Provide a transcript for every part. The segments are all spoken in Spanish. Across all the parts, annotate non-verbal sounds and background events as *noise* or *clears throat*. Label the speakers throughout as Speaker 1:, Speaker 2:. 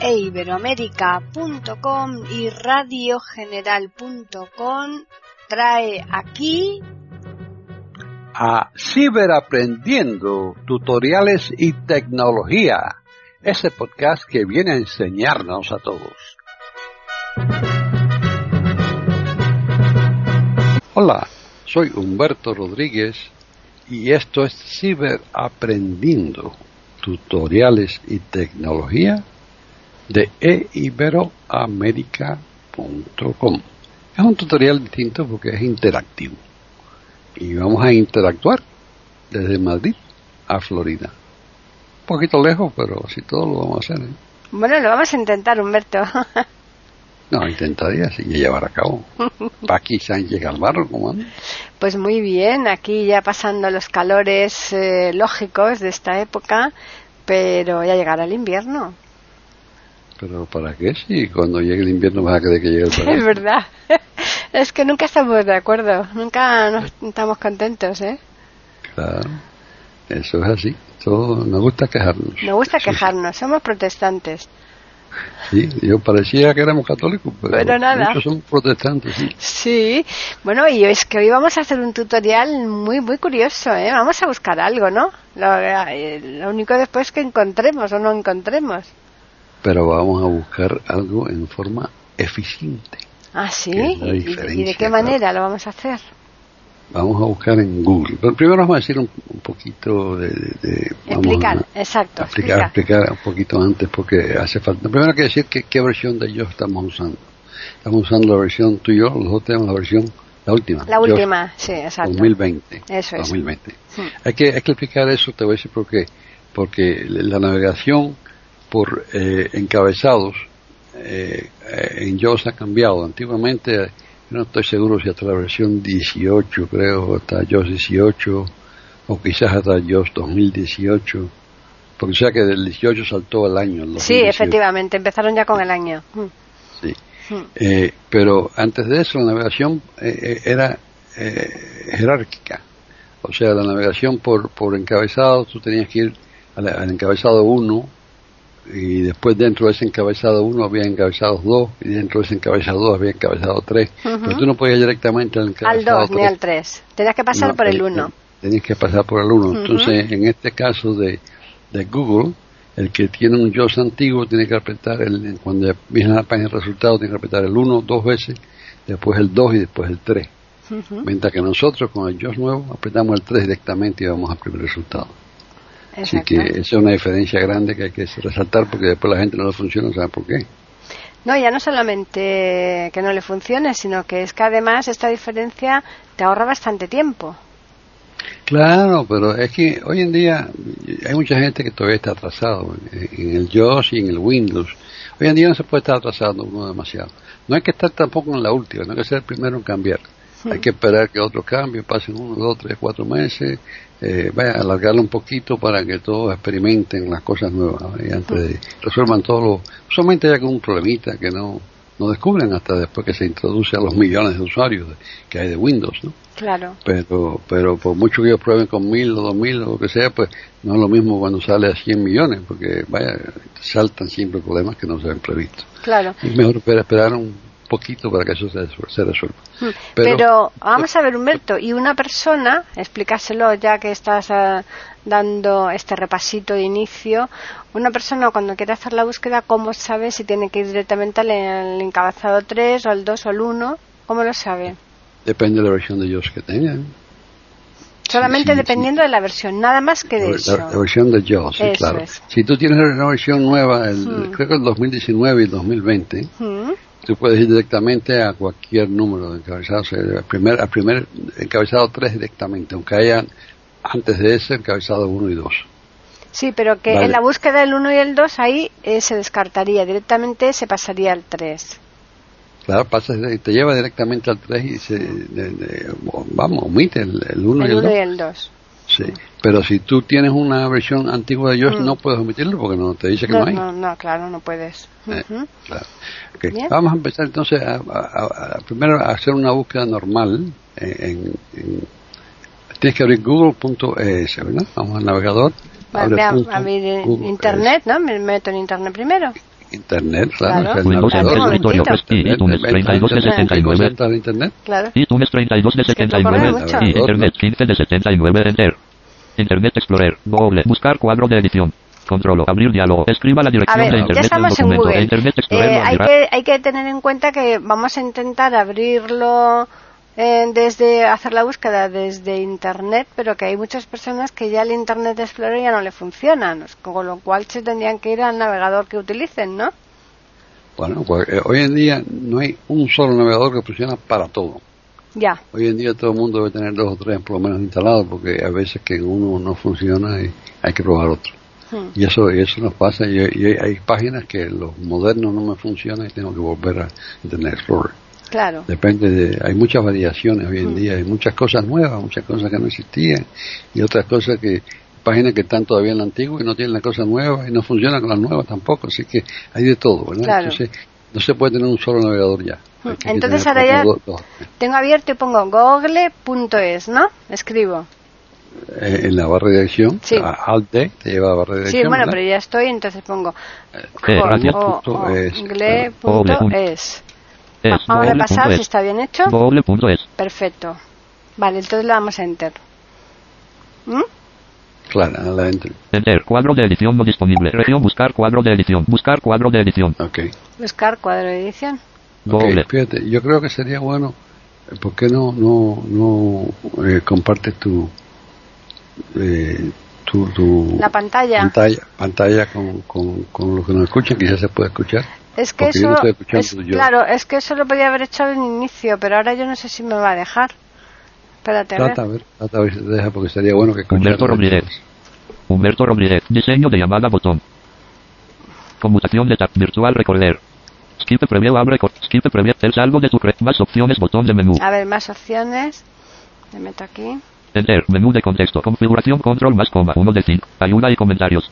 Speaker 1: e iberoamérica.com y radiogeneral.com trae aquí
Speaker 2: a Ciberaprendiendo, tutoriales y tecnología, ese podcast que viene a enseñarnos a todos. Hola, soy Humberto Rodríguez y esto es Ciberaprendiendo, tutoriales y tecnología de e eiberoamerica.com. Es un tutorial distinto porque es interactivo y vamos a interactuar desde Madrid a Florida. Un poquito lejos, pero si todo lo vamos a hacer. ¿eh?
Speaker 1: Bueno, lo vamos a intentar, Humberto. *laughs*
Speaker 2: No, intentaría sí, llevar a
Speaker 1: *laughs*
Speaker 2: cabo. Paqui Sánchez Galvarro, ¿cómo anda?
Speaker 1: Pues muy bien, aquí ya pasando los calores eh, lógicos de esta época, pero ya llegará el invierno.
Speaker 2: Pero ¿para qué? Si cuando llegue el invierno vas a creer que llegue el verano.
Speaker 1: *laughs* Es verdad. Es que nunca estamos de acuerdo, nunca nos estamos contentos, ¿eh?
Speaker 2: Claro, eso es así. Todo, nos gusta quejarnos.
Speaker 1: Nos gusta
Speaker 2: Eso es-
Speaker 1: quejarnos, somos protestantes.
Speaker 2: Sí, yo parecía que éramos católicos, pero,
Speaker 1: Pero nada.
Speaker 2: muchos son protestantes, sí.
Speaker 1: Sí, bueno, y es que hoy vamos a hacer un tutorial muy, muy curioso, ¿eh? Vamos a buscar algo, ¿no? Lo, eh, lo único después que encontremos o no encontremos.
Speaker 2: Pero vamos a buscar algo en forma eficiente.
Speaker 1: Ah, sí,
Speaker 2: Que es la
Speaker 1: ¿Y, y de
Speaker 2: diferencia,
Speaker 1: qué
Speaker 2: claro.
Speaker 1: manera lo vamos a hacer?
Speaker 2: Vamos a buscar en Google. Pero primero vamos a decir un, un poquito de... de- de- vamos
Speaker 1: Explicar,
Speaker 2: a-
Speaker 1: exacto.
Speaker 2: explicar,
Speaker 1: explicar.
Speaker 2: explicar un poquito antes porque hace falta. Primero hay que decir que qué versión de ellos estamos usando. Estamos usando la versión tú y yo, los dos tenemos la versión, la última.
Speaker 1: La
Speaker 2: iOS
Speaker 1: última, sí, exacto.
Speaker 2: 2020.
Speaker 1: Eso es.
Speaker 2: 2020.
Speaker 1: Sí.
Speaker 2: Hay que, hay que explicar eso, te voy a decir por qué. Porque la navegación por eh, encabezados eh, eh, en JOS ha cambiado. Antiguamente, yo no estoy seguro si hasta la versión 18, creo, hasta JOS 18, o quizás hasta JOS 2018, porque o sea que del 18 saltó el año. el
Speaker 1: Sí,
Speaker 2: 2018.
Speaker 1: efectivamente, empezaron ya con el año. Mm,
Speaker 2: Sí.
Speaker 1: mm.
Speaker 2: Eh, pero antes de eso la navegación eh, eh, era eh, jerárquica. O sea, la navegación por, por encabezado, tú tenías que ir al, al encabezado 1 y después dentro de ese encabezado 1 había encabezados 2 y dentro de ese encabezado 2 había encabezado 3.
Speaker 1: Ujú.
Speaker 2: Pero tú no podías ir directamente al
Speaker 1: Al
Speaker 2: encabezado
Speaker 1: 2 ni
Speaker 2: tres.
Speaker 1: al 3. Tenías que pasar
Speaker 2: No, eh,
Speaker 1: por el
Speaker 2: ten-
Speaker 1: 1.
Speaker 2: Tenías que pasar por el 1. Entonces, en este caso de, de Google, el que tiene un JOS antiguo tiene que apretar, el, cuando viene la página de resultados, tiene que apretar el 1 dos veces, después el 2 y después el 3. Mientras que nosotros con el JOS nuevo apretamos el 3 directamente y vamos al primer resultado. Así
Speaker 1: Exacto.
Speaker 2: que esa es una diferencia grande que hay que resaltar porque después la gente no le funciona, ¿sabe por qué?
Speaker 1: No, ya no solamente que no le funcione, sino que es que además esta diferencia te ahorra bastante tiempo.
Speaker 2: Claro, pero es que hoy en día hay mucha gente que todavía está atrasado en en el JOS y en el Windows. Hoy en día no se puede estar atrasando uno demasiado. No hay que estar tampoco en la última, no hay que ser el primero en cambiar. Hay que esperar que otros cambios pasen uno, dos, tres, cuatro meses, eh, vaya, alargarlo un poquito para que todos experimenten las cosas nuevas ¿no? y antes de resuelvan todo lo... Solamente hay algún problemita que no, no descubren hasta después que se introduce a los millones de usuarios que hay de Windows, ¿no?
Speaker 1: Claro.
Speaker 2: pero pero por mucho que ellos prueben con mil o dos mil o lo que sea, pues no es lo mismo cuando sale a 100 millones, porque vaya, saltan siempre problemas que no se han previsto.
Speaker 1: Claro.
Speaker 2: Es mejor esperar, esperar un poquito para que eso se, resuel- se resuelva.
Speaker 1: Mm, Pero, vamos
Speaker 2: eh,
Speaker 1: a ver, Humberto, y una persona, explícaselo ya que estás ah, dando este repasito de inicio, una persona cuando quiere hacer la búsqueda, ¿cómo sabe si tiene que ir directamente al, al encabezado 3 o al 2 o al 1? ¿Cómo lo sabe?
Speaker 2: depende de la versión de ellos que ¿eh? tengan.
Speaker 1: Solamente
Speaker 2: sí, sí.
Speaker 1: dependiendo de la versión, nada más que de eso.
Speaker 2: La, la versión de JAWS, sí,
Speaker 1: Eso
Speaker 2: claro.
Speaker 1: es. Hmm.
Speaker 2: Si tú tienes una versión nueva, el- creo que el 2019 y el 2020,
Speaker 1: Mm,
Speaker 2: tú puedes ir directamente a cualquier número de encabezados, o sea, al primer, al primer encabezado 3 directamente, aunque haya antes de ese encabezado 1 y 2.
Speaker 1: Sí, pero que
Speaker 2: Vale.
Speaker 1: en la búsqueda del 1 y el 2 ahí eh, se descartaría, directamente se pasaría al 3.
Speaker 2: Claro, pasas, de- te lleva directamente al 3 y se, de- de- vamos, omite el, el 1 y
Speaker 1: El
Speaker 2: el
Speaker 1: 1
Speaker 2: 2.
Speaker 1: y el 2.
Speaker 2: Sí. Pero si tú tienes una versión antigua de ellos, no puedes omitirlo porque no te dice que no,
Speaker 1: No,
Speaker 2: hay.
Speaker 1: no, no, claro, no puedes.
Speaker 2: Eh,
Speaker 1: Ujú.
Speaker 2: claro. Ok,
Speaker 1: Bien.
Speaker 2: Vamos a empezar entonces a, a- a- primero a hacer una búsqueda normal. En, en- tienes que abrir google.es, ¿verdad? Vamos al navegador.
Speaker 1: Va-
Speaker 2: abre
Speaker 1: vea-
Speaker 2: punto
Speaker 1: a ver, eh,
Speaker 2: google.es.
Speaker 1: internet, ¿no? Me meto en internet primero.
Speaker 2: Internet, claro.
Speaker 1: Claro.
Speaker 2: O sea, el
Speaker 1: Windows en
Speaker 2: navegador,
Speaker 1: territorio
Speaker 2: Internet,
Speaker 3: hostil, iTunes 32 de 79.
Speaker 2: 20% de Internet.
Speaker 1: Claro.
Speaker 3: iTunes 32 de
Speaker 1: Es que te ocurre
Speaker 3: 79
Speaker 1: mucho.
Speaker 3: y Internet 15 de 79 Enter. Internet Explorer, Google, buscar cuadro de edición. Controlo, abrir diálogo, escriba la
Speaker 1: A
Speaker 3: dirección de
Speaker 1: ver, ya
Speaker 3: Internet
Speaker 1: estamos en
Speaker 3: documento de
Speaker 1: Google.
Speaker 3: Internet Explorer.
Speaker 1: Eh,
Speaker 3: lo
Speaker 1: hay,
Speaker 3: abrirá.
Speaker 1: que, hay que tener en cuenta que vamos a intentar abrirlo eh, desde hacer la búsqueda desde Internet, pero que hay muchas personas que ya el Internet Explorer ya no le funciona, ¿no? con lo cual se tendrían que ir al navegador que utilicen, ¿no?
Speaker 2: Bueno, pues, eh, hoy en día no hay un solo navegador que funciona para todo.
Speaker 1: Ya,
Speaker 2: Hoy en día todo el mundo debe tener dos o tres por lo menos instalados porque a veces que uno no funciona y hay que probar otro.
Speaker 1: Hmm.
Speaker 2: Y eso y eso nos pasa y, y hay- hay páginas que los modernos no me funcionan y tengo que volver a Internet Explorer.
Speaker 1: claro.
Speaker 2: Depende de, hay muchas variaciones hoy en
Speaker 1: Mm.
Speaker 2: día, hay muchas cosas nuevas, muchas cosas que no existían y otras cosas que, páginas que están todavía en la antigua y no tienen la cosa nueva y no funcionan con las nuevas tampoco, así que hay de todo, ¿verdad?
Speaker 1: Claro.
Speaker 2: Entonces, no se puede tener un solo navegador ya.
Speaker 1: Hmm.
Speaker 2: Hay que
Speaker 1: Entonces,
Speaker 2: tener
Speaker 1: ahora ya-
Speaker 2: dos- dos.
Speaker 1: Tengo abierto y pongo google.es, ¿no? Escribo.
Speaker 2: Eh, en la barra de dirección,
Speaker 1: Sí.
Speaker 2: a- alt D, te lleva a la barra de
Speaker 1: Sí,
Speaker 2: dirección.
Speaker 1: bueno,
Speaker 2: ¿verdad?
Speaker 1: pero ya estoy, entonces pongo
Speaker 3: Eh, gracias.
Speaker 2: Es,
Speaker 1: google.es.
Speaker 3: Es
Speaker 1: Vamos a
Speaker 3: google.es,
Speaker 1: repasar si está bien hecho.
Speaker 3: google.es.
Speaker 1: Perfecto. Vale, entonces le damos a enter. ¿Mm?
Speaker 2: Claro, a la enter.
Speaker 3: Enter, cuadro de edición no disponible. Región, buscar cuadro de edición. Buscar cuadro de edición.
Speaker 2: Ok.
Speaker 1: Buscar cuadro de edición.
Speaker 2: Ok,
Speaker 3: Google.
Speaker 2: fíjate, yo creo que sería bueno, eh, ¿por qué no, no, no eh, compartes tu, eh, tu, tu
Speaker 1: La pantalla.
Speaker 2: pantalla, pantalla con, con, con los que nos escuchan? Quizás se pueda escuchar.
Speaker 1: Es que
Speaker 2: Porque yo
Speaker 1: eso,
Speaker 2: no estoy escuchando
Speaker 1: es-
Speaker 2: yo.
Speaker 1: claro, es que eso lo podía haber hecho al inicio, pero ahora yo no sé si me va a dejar. Espérate, a ver.
Speaker 2: Trata a ver, trata a ver si te deja, porque sería bueno que escuchar.
Speaker 3: Humberto Rodríguez. Humberto Rodríguez. Diseño de llamada botón. Conmutación de tap virtual recorder. Skip preview abre cor- skip preview el saldo de tu red más opciones botón de menú.
Speaker 1: A ver, más opciones. Me meto aquí.
Speaker 3: Enter menú de contexto. Configuración control más coma 1 de 5. Ayuda y comentarios.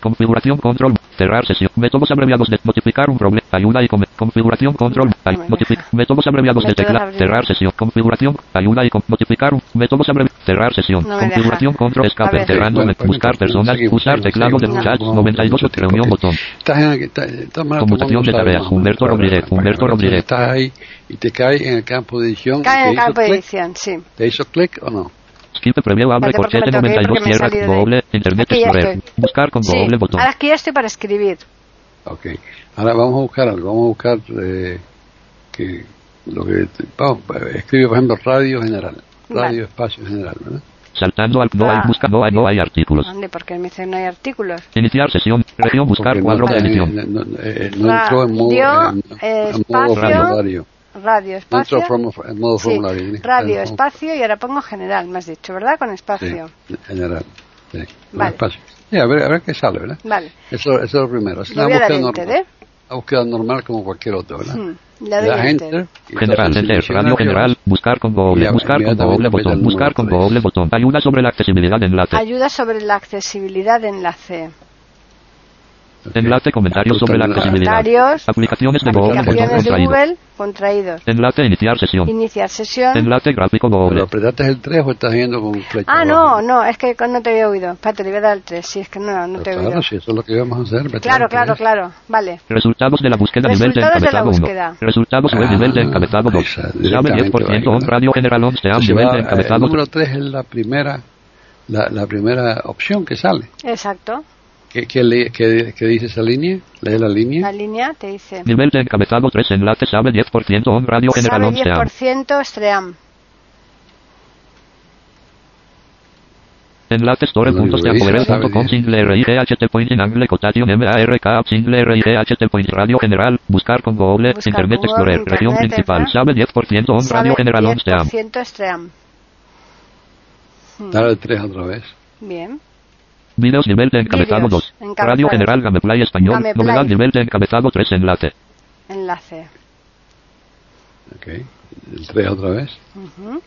Speaker 3: Configuración control cerrar sesión. Métodos abreviados de notificar un problema. Ayuda y come- configuración control ay,
Speaker 1: No me
Speaker 3: notifi-
Speaker 1: deja.
Speaker 3: métodos abreviados de
Speaker 1: Métodos
Speaker 3: tecla
Speaker 1: abreviados.
Speaker 3: cerrar sesión. Configuración ayuda y com- notificar un métodos abreviados cerrar sesión.
Speaker 1: No me deja.
Speaker 3: configuración
Speaker 1: A
Speaker 3: control
Speaker 1: ver.
Speaker 3: escape cerrando
Speaker 2: Bueno, pues,
Speaker 3: buscar
Speaker 2: entonces,
Speaker 3: personas
Speaker 2: seguimos,
Speaker 3: usar
Speaker 2: seguimos,
Speaker 3: teclado de
Speaker 2: seguimos.
Speaker 3: chat
Speaker 2: No,
Speaker 3: 92
Speaker 2: mucho tiempo,
Speaker 3: reunión
Speaker 2: ok.
Speaker 3: botón.
Speaker 2: Estás en aquí, estás- estás mal
Speaker 3: Computación
Speaker 2: tomando
Speaker 3: de
Speaker 2: saber
Speaker 3: tareas,
Speaker 2: más o menos
Speaker 3: Humberto
Speaker 2: la
Speaker 3: Rodríguez,
Speaker 2: página.
Speaker 3: Humberto
Speaker 2: Entonces,
Speaker 3: Rodríguez.
Speaker 2: Estás ahí y te cae en el campo de edición.
Speaker 1: Cae en el
Speaker 2: y te hizo
Speaker 1: campo de
Speaker 2: clic.
Speaker 1: edición, sí.
Speaker 2: ¿Te hizo clic o no?
Speaker 3: Skip preview abre
Speaker 1: Espérate, porque
Speaker 3: corchete
Speaker 1: me toqué,
Speaker 3: 92
Speaker 1: porque me he
Speaker 3: cierra
Speaker 1: salido de ahí.
Speaker 3: doble internet
Speaker 1: Aquí ya
Speaker 3: explorer.
Speaker 1: estoy.
Speaker 3: Buscar con
Speaker 1: Sí,
Speaker 3: doble botón.
Speaker 1: ahora aquí ya estoy para escribir.
Speaker 2: Ok. Ahora vamos a buscar algo. Vamos a buscar eh, que lo que vamos, escribe por ejemplo radio general, radio
Speaker 1: Vale.
Speaker 2: espacio general, ¿verdad?
Speaker 3: Saltando al no hay
Speaker 1: Ah.
Speaker 3: busca no hay no hay artículos.
Speaker 1: ¿Dónde? Porque me dice no hay artículos.
Speaker 3: Iniciar sesión. Región buscar
Speaker 2: Porque no
Speaker 3: cuadro de
Speaker 2: está en-
Speaker 3: edición.
Speaker 2: No, no, eh, no entró en modo,
Speaker 1: Radio,
Speaker 2: en- en modo
Speaker 1: espacio,
Speaker 2: formulario.
Speaker 1: Radio,
Speaker 2: No
Speaker 1: espacio.
Speaker 2: entró formo- en modo
Speaker 1: Sí,
Speaker 2: formulario. tiene que estar
Speaker 1: radio,
Speaker 2: en modo-
Speaker 1: espacio y ahora pongo general, me has dicho, ¿verdad? Con
Speaker 2: Sí,
Speaker 1: espacio.
Speaker 2: general. Sí, no,
Speaker 1: Vale.
Speaker 2: espacio. Sí, a ver, a ver qué sale, ¿verdad?
Speaker 1: Vale.
Speaker 2: Eso, eso es lo primero. Es
Speaker 1: Le
Speaker 2: una
Speaker 1: voy a dar
Speaker 2: búsqueda
Speaker 1: enter,
Speaker 2: normal.
Speaker 1: ¿eh?
Speaker 2: Una búsqueda normal como cualquier otra, ¿verdad?
Speaker 1: Hmm, Le
Speaker 2: Le
Speaker 1: doy
Speaker 2: das
Speaker 1: enter.
Speaker 2: enter, y
Speaker 3: General,
Speaker 2: entonces
Speaker 3: enter,
Speaker 2: selecciona
Speaker 3: radio
Speaker 2: que vas-
Speaker 3: general, buscar con
Speaker 2: Ya,
Speaker 3: doble, buscar con
Speaker 2: inmediatamente
Speaker 3: doble
Speaker 2: mete el
Speaker 3: botón,
Speaker 2: número
Speaker 3: buscar con
Speaker 2: tres.
Speaker 3: doble botón, ayuda sobre la accesibilidad de enlace,
Speaker 1: Ayuda sobre la accesibilidad de enlace.
Speaker 2: Ok.
Speaker 3: enlace comentarios sobre la
Speaker 2: Total,
Speaker 3: accesibilidad,
Speaker 1: Comentarios,
Speaker 3: aplicaciones de Google, botón
Speaker 1: Aplicaciones de
Speaker 3: contraído,
Speaker 1: Google contraído.
Speaker 3: enlace iniciar sesión,
Speaker 1: Iniciar sesión.
Speaker 3: enlace gráfico
Speaker 2: ¿Pero
Speaker 3: doble,
Speaker 2: apretaste el 3 o estás yendo con flecha?
Speaker 1: Ah, no,
Speaker 2: abajo?
Speaker 1: no, es que no te había oído. Espérate, le voy a dar el 3. Sí, es que no, no
Speaker 2: Pero
Speaker 1: te he oído.
Speaker 2: claro, si eso es lo que íbamos a hacer. ¿eh? apretar
Speaker 1: Claro,
Speaker 2: el
Speaker 1: claro,
Speaker 2: tres.
Speaker 1: claro. Vale.
Speaker 3: resultados de la búsqueda nivel de
Speaker 1: Resultados de la
Speaker 3: encabezado 1,
Speaker 1: búsqueda.
Speaker 3: resultados web
Speaker 2: Ah,
Speaker 3: nivel de encabezado 2,
Speaker 2: esa,
Speaker 3: sabe
Speaker 2: directamente
Speaker 3: 10%
Speaker 2: va,
Speaker 3: on radio general 11 am
Speaker 2: Entonces
Speaker 3: nivel
Speaker 2: va- eh,
Speaker 3: de
Speaker 2: el
Speaker 3: encabezado
Speaker 2: número 3 es la primera, la, la primera opción que sale.
Speaker 1: Exacto.
Speaker 2: ¿Qué, qué, le- qué- qué dice esa línea? Lee la
Speaker 1: La
Speaker 2: línea.
Speaker 1: línea te dice.
Speaker 3: nivel de encabezado 3, enlace sabe 10% on radio general
Speaker 1: Sabe
Speaker 3: 11 am,
Speaker 1: 10% Stream.
Speaker 3: Enlace store.com single RIGHT point in angle quotation MARK single RIGHT point radio general buscar con Google
Speaker 1: Buscar
Speaker 3: Internet
Speaker 1: con
Speaker 3: Explorer
Speaker 1: Google,
Speaker 3: región
Speaker 1: Internet,
Speaker 3: principal
Speaker 1: ajá.
Speaker 3: sabe 10% on radio
Speaker 1: Sabe
Speaker 3: general 11 am
Speaker 1: 10% Stream. Hmm.
Speaker 2: Dale el 3 otra vez.
Speaker 1: Bien.
Speaker 3: videos nivel de encabezado
Speaker 1: Vídeos,
Speaker 3: 2
Speaker 1: encabezado.
Speaker 3: radio general Gameplay español
Speaker 1: Gameplay.
Speaker 3: novedad nivel de encabezado 3 enlace
Speaker 1: Enlace.
Speaker 2: Ok. El 3 otra vez.
Speaker 1: Ujú.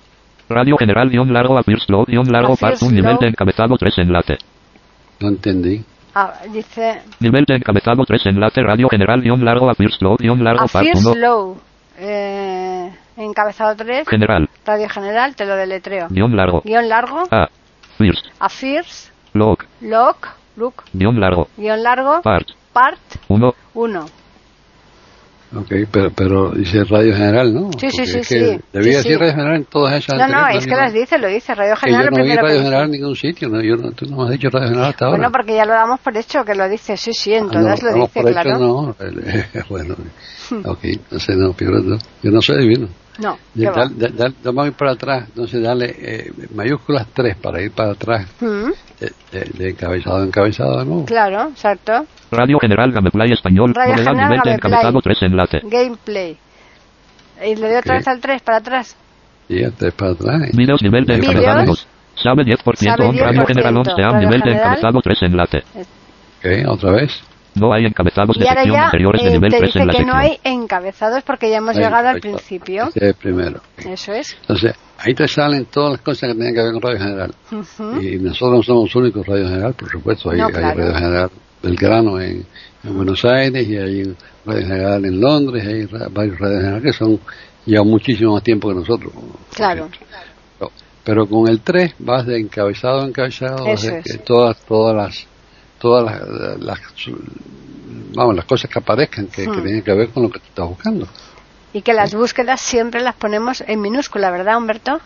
Speaker 3: radio general guión largo a first low guión largo
Speaker 1: A
Speaker 3: part
Speaker 1: first
Speaker 3: un nivel
Speaker 1: low.
Speaker 3: de encabezado 3 enlace
Speaker 2: No entendí.
Speaker 1: Ah, dice.
Speaker 3: nivel de encabezado 3 enlace radio general guión largo a first low guión largo
Speaker 1: A
Speaker 3: part
Speaker 1: First
Speaker 3: 1
Speaker 1: Low. Eh, encabezado 3.
Speaker 3: general
Speaker 1: Radio General, te lo deletreo.
Speaker 3: guión largo
Speaker 1: Guión largo.
Speaker 3: a first
Speaker 1: A First
Speaker 3: log
Speaker 1: Lock. Look.
Speaker 3: guión largo
Speaker 1: Guión largo.
Speaker 3: Part.
Speaker 1: part
Speaker 3: Uno.
Speaker 1: 1.
Speaker 2: Ok, pero, pero dice Radio General, ¿no?
Speaker 1: Sí, sí,
Speaker 2: Porque
Speaker 1: sí,
Speaker 2: es que
Speaker 1: sí.
Speaker 2: Debía
Speaker 1: Sí, sí.
Speaker 2: decir Radio General en todas
Speaker 1: No,
Speaker 2: esas.
Speaker 1: no,
Speaker 2: anteriores,
Speaker 1: es que las dice, lo dice Radio
Speaker 2: Que yo
Speaker 1: General.
Speaker 2: no vi
Speaker 1: primero
Speaker 2: Radio
Speaker 1: que-
Speaker 2: General en ningún sitio, ¿no? Yo no, tú no me has dicho Radio General hasta ahora.
Speaker 1: Bueno, porque ya lo damos por hecho que lo dice, sí, sí, en
Speaker 2: Ah,
Speaker 1: todas
Speaker 2: no,
Speaker 1: lo
Speaker 2: vamos
Speaker 1: dice,
Speaker 2: por hecho,
Speaker 1: claro.
Speaker 2: no. *laughs* El- eh, bueno, ok, entonces no, pero no, yo no soy divino.
Speaker 1: No, qué va.
Speaker 2: Dale, dale, vamos a ir para atrás, entonces dale eh, mayúsculas 3 para ir para atrás
Speaker 1: Mm,
Speaker 2: de, de- de encabezado a encabezado, ¿no?
Speaker 1: claro, exacto.
Speaker 3: Radio General Gameplay Español.
Speaker 1: Radio
Speaker 3: Novedad
Speaker 1: General
Speaker 3: nivel de
Speaker 1: Gameplay.
Speaker 3: encabezado 3 enlace.
Speaker 1: Gameplay. Y le doy otra
Speaker 2: Ok.
Speaker 1: vez al 3 para atrás.
Speaker 2: Y ya 3 para atrás.
Speaker 3: Videos nivel de
Speaker 2: Videos.
Speaker 3: encabezado 2. Sabe 10%
Speaker 1: Sabe
Speaker 3: on Radio
Speaker 1: 10%.
Speaker 3: General 11 am
Speaker 1: Radio
Speaker 3: nivel de
Speaker 1: General.
Speaker 3: encabezado 3 enlace.
Speaker 2: Ok, otra vez.
Speaker 3: No hay encabezados de
Speaker 1: Y ahora
Speaker 3: sección
Speaker 1: ya
Speaker 3: anteriores de
Speaker 1: eh,
Speaker 3: nivel
Speaker 1: te
Speaker 3: 3
Speaker 1: dice
Speaker 3: en la
Speaker 1: que no
Speaker 3: sección.
Speaker 1: hay encabezados porque ya hemos
Speaker 2: Ahí,
Speaker 1: llegado al
Speaker 2: ahí está.
Speaker 1: principio.
Speaker 2: Este es el primero.
Speaker 1: Eso es.
Speaker 2: Entonces, ahí te salen todas las cosas que tienen que ver con Radio General.
Speaker 1: Ujú.
Speaker 2: Y nosotros no somos los únicos Radio General, por supuesto. Hay,
Speaker 1: No,
Speaker 2: hay
Speaker 1: claro.
Speaker 2: Radio General Belgrano en, en Buenos Aires y hay Radio General en Londres, hay ra- varios Radio General que son ya muchísimo más tiempo que nosotros. por
Speaker 1: Claro.
Speaker 2: cierto. Pero, pero con el 3 vas de encabezado a encabezado, vas
Speaker 1: Eso
Speaker 2: de-
Speaker 1: es.
Speaker 2: todas, todas las todas las, las- vamos las cosas que aparezcan que, que
Speaker 1: Hmm.
Speaker 2: tienen que ver con lo que tú estás buscando
Speaker 1: Y que las búsquedas siempre las ponemos en minúscula, ¿verdad, Humberto?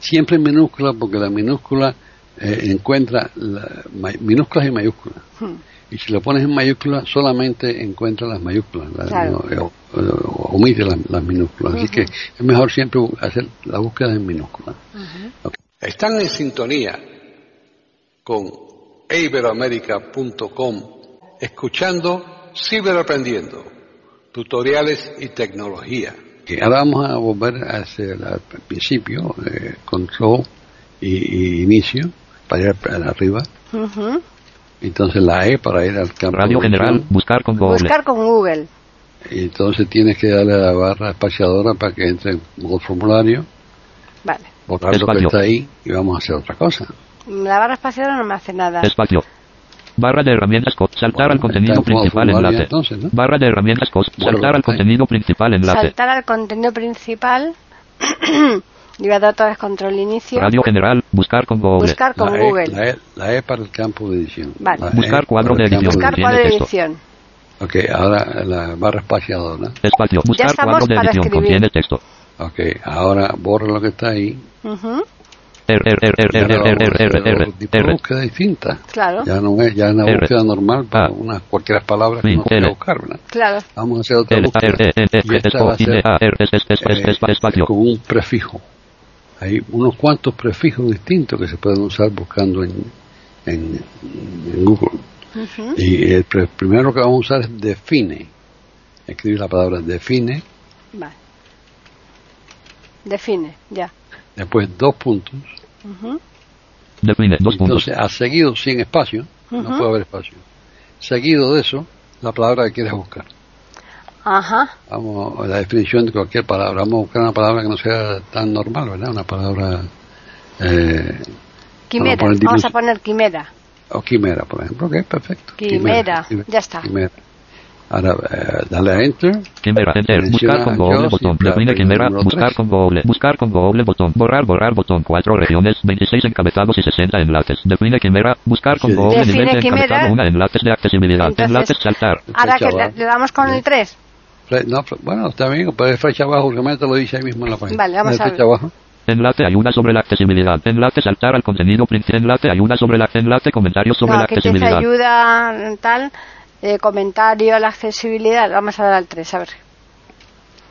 Speaker 2: siempre en minúscula porque la minúscula eh, encuentra la- may- minúsculas y mayúsculas
Speaker 1: Mm,
Speaker 2: y si lo pones en mayúsculas solamente encuentra las mayúsculas la-
Speaker 1: Claro.
Speaker 2: no, eh, o- o- omite las, las minúsculas así
Speaker 1: Ujú.
Speaker 2: que es mejor siempre bu- hacer la búsqueda en minúsculas
Speaker 1: ujú.
Speaker 2: están en sintonía con iberoamérica.com escuchando ciberaprendiendo tutoriales y tecnología ahora vamos a volver hacia el al principio eh, control y, y inicio para ir para arriba
Speaker 1: Ujú.
Speaker 2: entonces la E para ir al campo
Speaker 3: Radio
Speaker 2: de
Speaker 3: General,
Speaker 2: visión.
Speaker 3: buscar con Google.
Speaker 1: Buscar con Google.
Speaker 2: y entonces tienes que darle a la barra espaciadora para que entre en modo formulario
Speaker 1: Vale.
Speaker 2: borrar lo que
Speaker 3: Espacio.
Speaker 2: está ahí y vamos a hacer otra cosa
Speaker 1: La barra espacial no me hace nada.
Speaker 3: Espacio. Barra de herramientas cos. Saltar
Speaker 2: Bueno,
Speaker 3: al contenido
Speaker 2: está en modo
Speaker 3: principal
Speaker 2: formulario
Speaker 3: enlace.
Speaker 2: entonces, ¿no?
Speaker 3: Barra de herramientas cos.
Speaker 2: Bueno,
Speaker 3: Saltar al
Speaker 2: está ahí.
Speaker 3: contenido principal enlace.
Speaker 1: Saltar al contenido principal. *clears throat* y voy a dar otra vez control inicio.
Speaker 3: Radio General, buscar con Google.
Speaker 1: Buscar con
Speaker 2: la
Speaker 1: Google.
Speaker 2: E, la, e, la E para el campo de edición.
Speaker 1: Vale.
Speaker 2: La E
Speaker 3: Buscar cuadro
Speaker 2: para el
Speaker 3: de edición.
Speaker 2: campo
Speaker 1: Buscar
Speaker 3: Google,
Speaker 1: cuadro de
Speaker 3: tiene texto.
Speaker 1: edición.
Speaker 2: Ok, ahora la barra espaciadora.
Speaker 3: Espacio. Buscar
Speaker 1: estamos
Speaker 3: cuadro de
Speaker 1: para
Speaker 3: edición.
Speaker 1: escribir.
Speaker 3: Contiene texto.
Speaker 2: Ok, ahora borra lo que está ahí.
Speaker 1: Ujú,
Speaker 3: R, R, R,
Speaker 2: Ya
Speaker 3: R,
Speaker 2: le
Speaker 3: R,
Speaker 2: vamos a
Speaker 3: R,
Speaker 2: hacer
Speaker 3: R, R,
Speaker 2: otro tipo de
Speaker 3: R.
Speaker 2: búsqueda distinta.
Speaker 1: Claro,
Speaker 2: Ya no es, ya es una
Speaker 3: R.
Speaker 2: búsqueda normal para
Speaker 3: Ah.
Speaker 2: unas cualquier palabra que
Speaker 3: Sí,
Speaker 2: no quiera
Speaker 3: L.
Speaker 2: buscar, ¿verdad?
Speaker 1: claro.
Speaker 2: Vamos a hacer otra
Speaker 3: L, A,
Speaker 2: búsqueda.
Speaker 3: R, E, N,
Speaker 2: Y
Speaker 3: E,
Speaker 2: esta
Speaker 3: O,
Speaker 2: va a
Speaker 3: I, D,
Speaker 2: ser
Speaker 3: A, R, S, S, S,
Speaker 2: eh,
Speaker 3: S, S, espacio.
Speaker 2: con un prefijo. Hay unos cuantos prefijos distintos que se pueden usar buscando en, en, en Google.
Speaker 1: Ujú.
Speaker 2: Y el pre- primero que vamos a usar es define. Escribir la palabra define,
Speaker 1: Vale. Define, ya.
Speaker 2: después dos puntos.
Speaker 1: Ujú,
Speaker 3: Define. Dos puntos.
Speaker 2: Entonces, ha seguido sin espacio, no
Speaker 1: Ujú.
Speaker 2: puede haber espacio. Seguido de eso, la palabra que quieres buscar.
Speaker 1: Ajá,
Speaker 2: Vamos a la definición de cualquier palabra. Vamos a buscar una palabra que no sea tan normal, ¿verdad? Una palabra eh,
Speaker 1: quimera.
Speaker 2: poner
Speaker 1: Vamos a
Speaker 2: dibujo.
Speaker 1: poner quimera.
Speaker 2: o quimera, por ejemplo. Ok, perfecto.
Speaker 1: Quimera, ya está.
Speaker 2: Quimera. Ahora, eh, dale a Enter.
Speaker 3: Quimera, enter, buscar con Google,
Speaker 2: Dios y
Speaker 3: botón,
Speaker 2: la
Speaker 3: define quimera,
Speaker 2: número
Speaker 3: buscar
Speaker 2: tres.
Speaker 3: con Google, buscar con Google, botón, borrar, borrar, botón, cuatro regiones, 26 encabezados y 60 enlaces, define quimera, buscar con
Speaker 2: Sí.
Speaker 3: Google,
Speaker 1: Define
Speaker 3: nivel de
Speaker 1: quimera.
Speaker 3: encabezado, una enlaces de accesibilidad,
Speaker 1: Entonces-
Speaker 3: enlaces saltar,
Speaker 1: Ahora que
Speaker 2: Fecha
Speaker 1: le,
Speaker 2: abajo.
Speaker 1: le damos con el 3.
Speaker 2: Fle- No, fle- bueno, está bien, pero es flecha abajo, porque me te lo dice ahí mismo en la página.
Speaker 1: Vale, vamos
Speaker 2: No es
Speaker 1: a ver.
Speaker 2: flecha abajo.
Speaker 3: enlace ayuda sobre la accesibilidad, enlace saltar al contenido principal, enlace ayuda sobre la, enlace comentarios sobre
Speaker 1: No,
Speaker 3: la
Speaker 1: que te dice
Speaker 3: accesibilidad,
Speaker 1: ayuda, tal, eh, comentario a la accesibilidad. Vamos a dar al 3, a ver.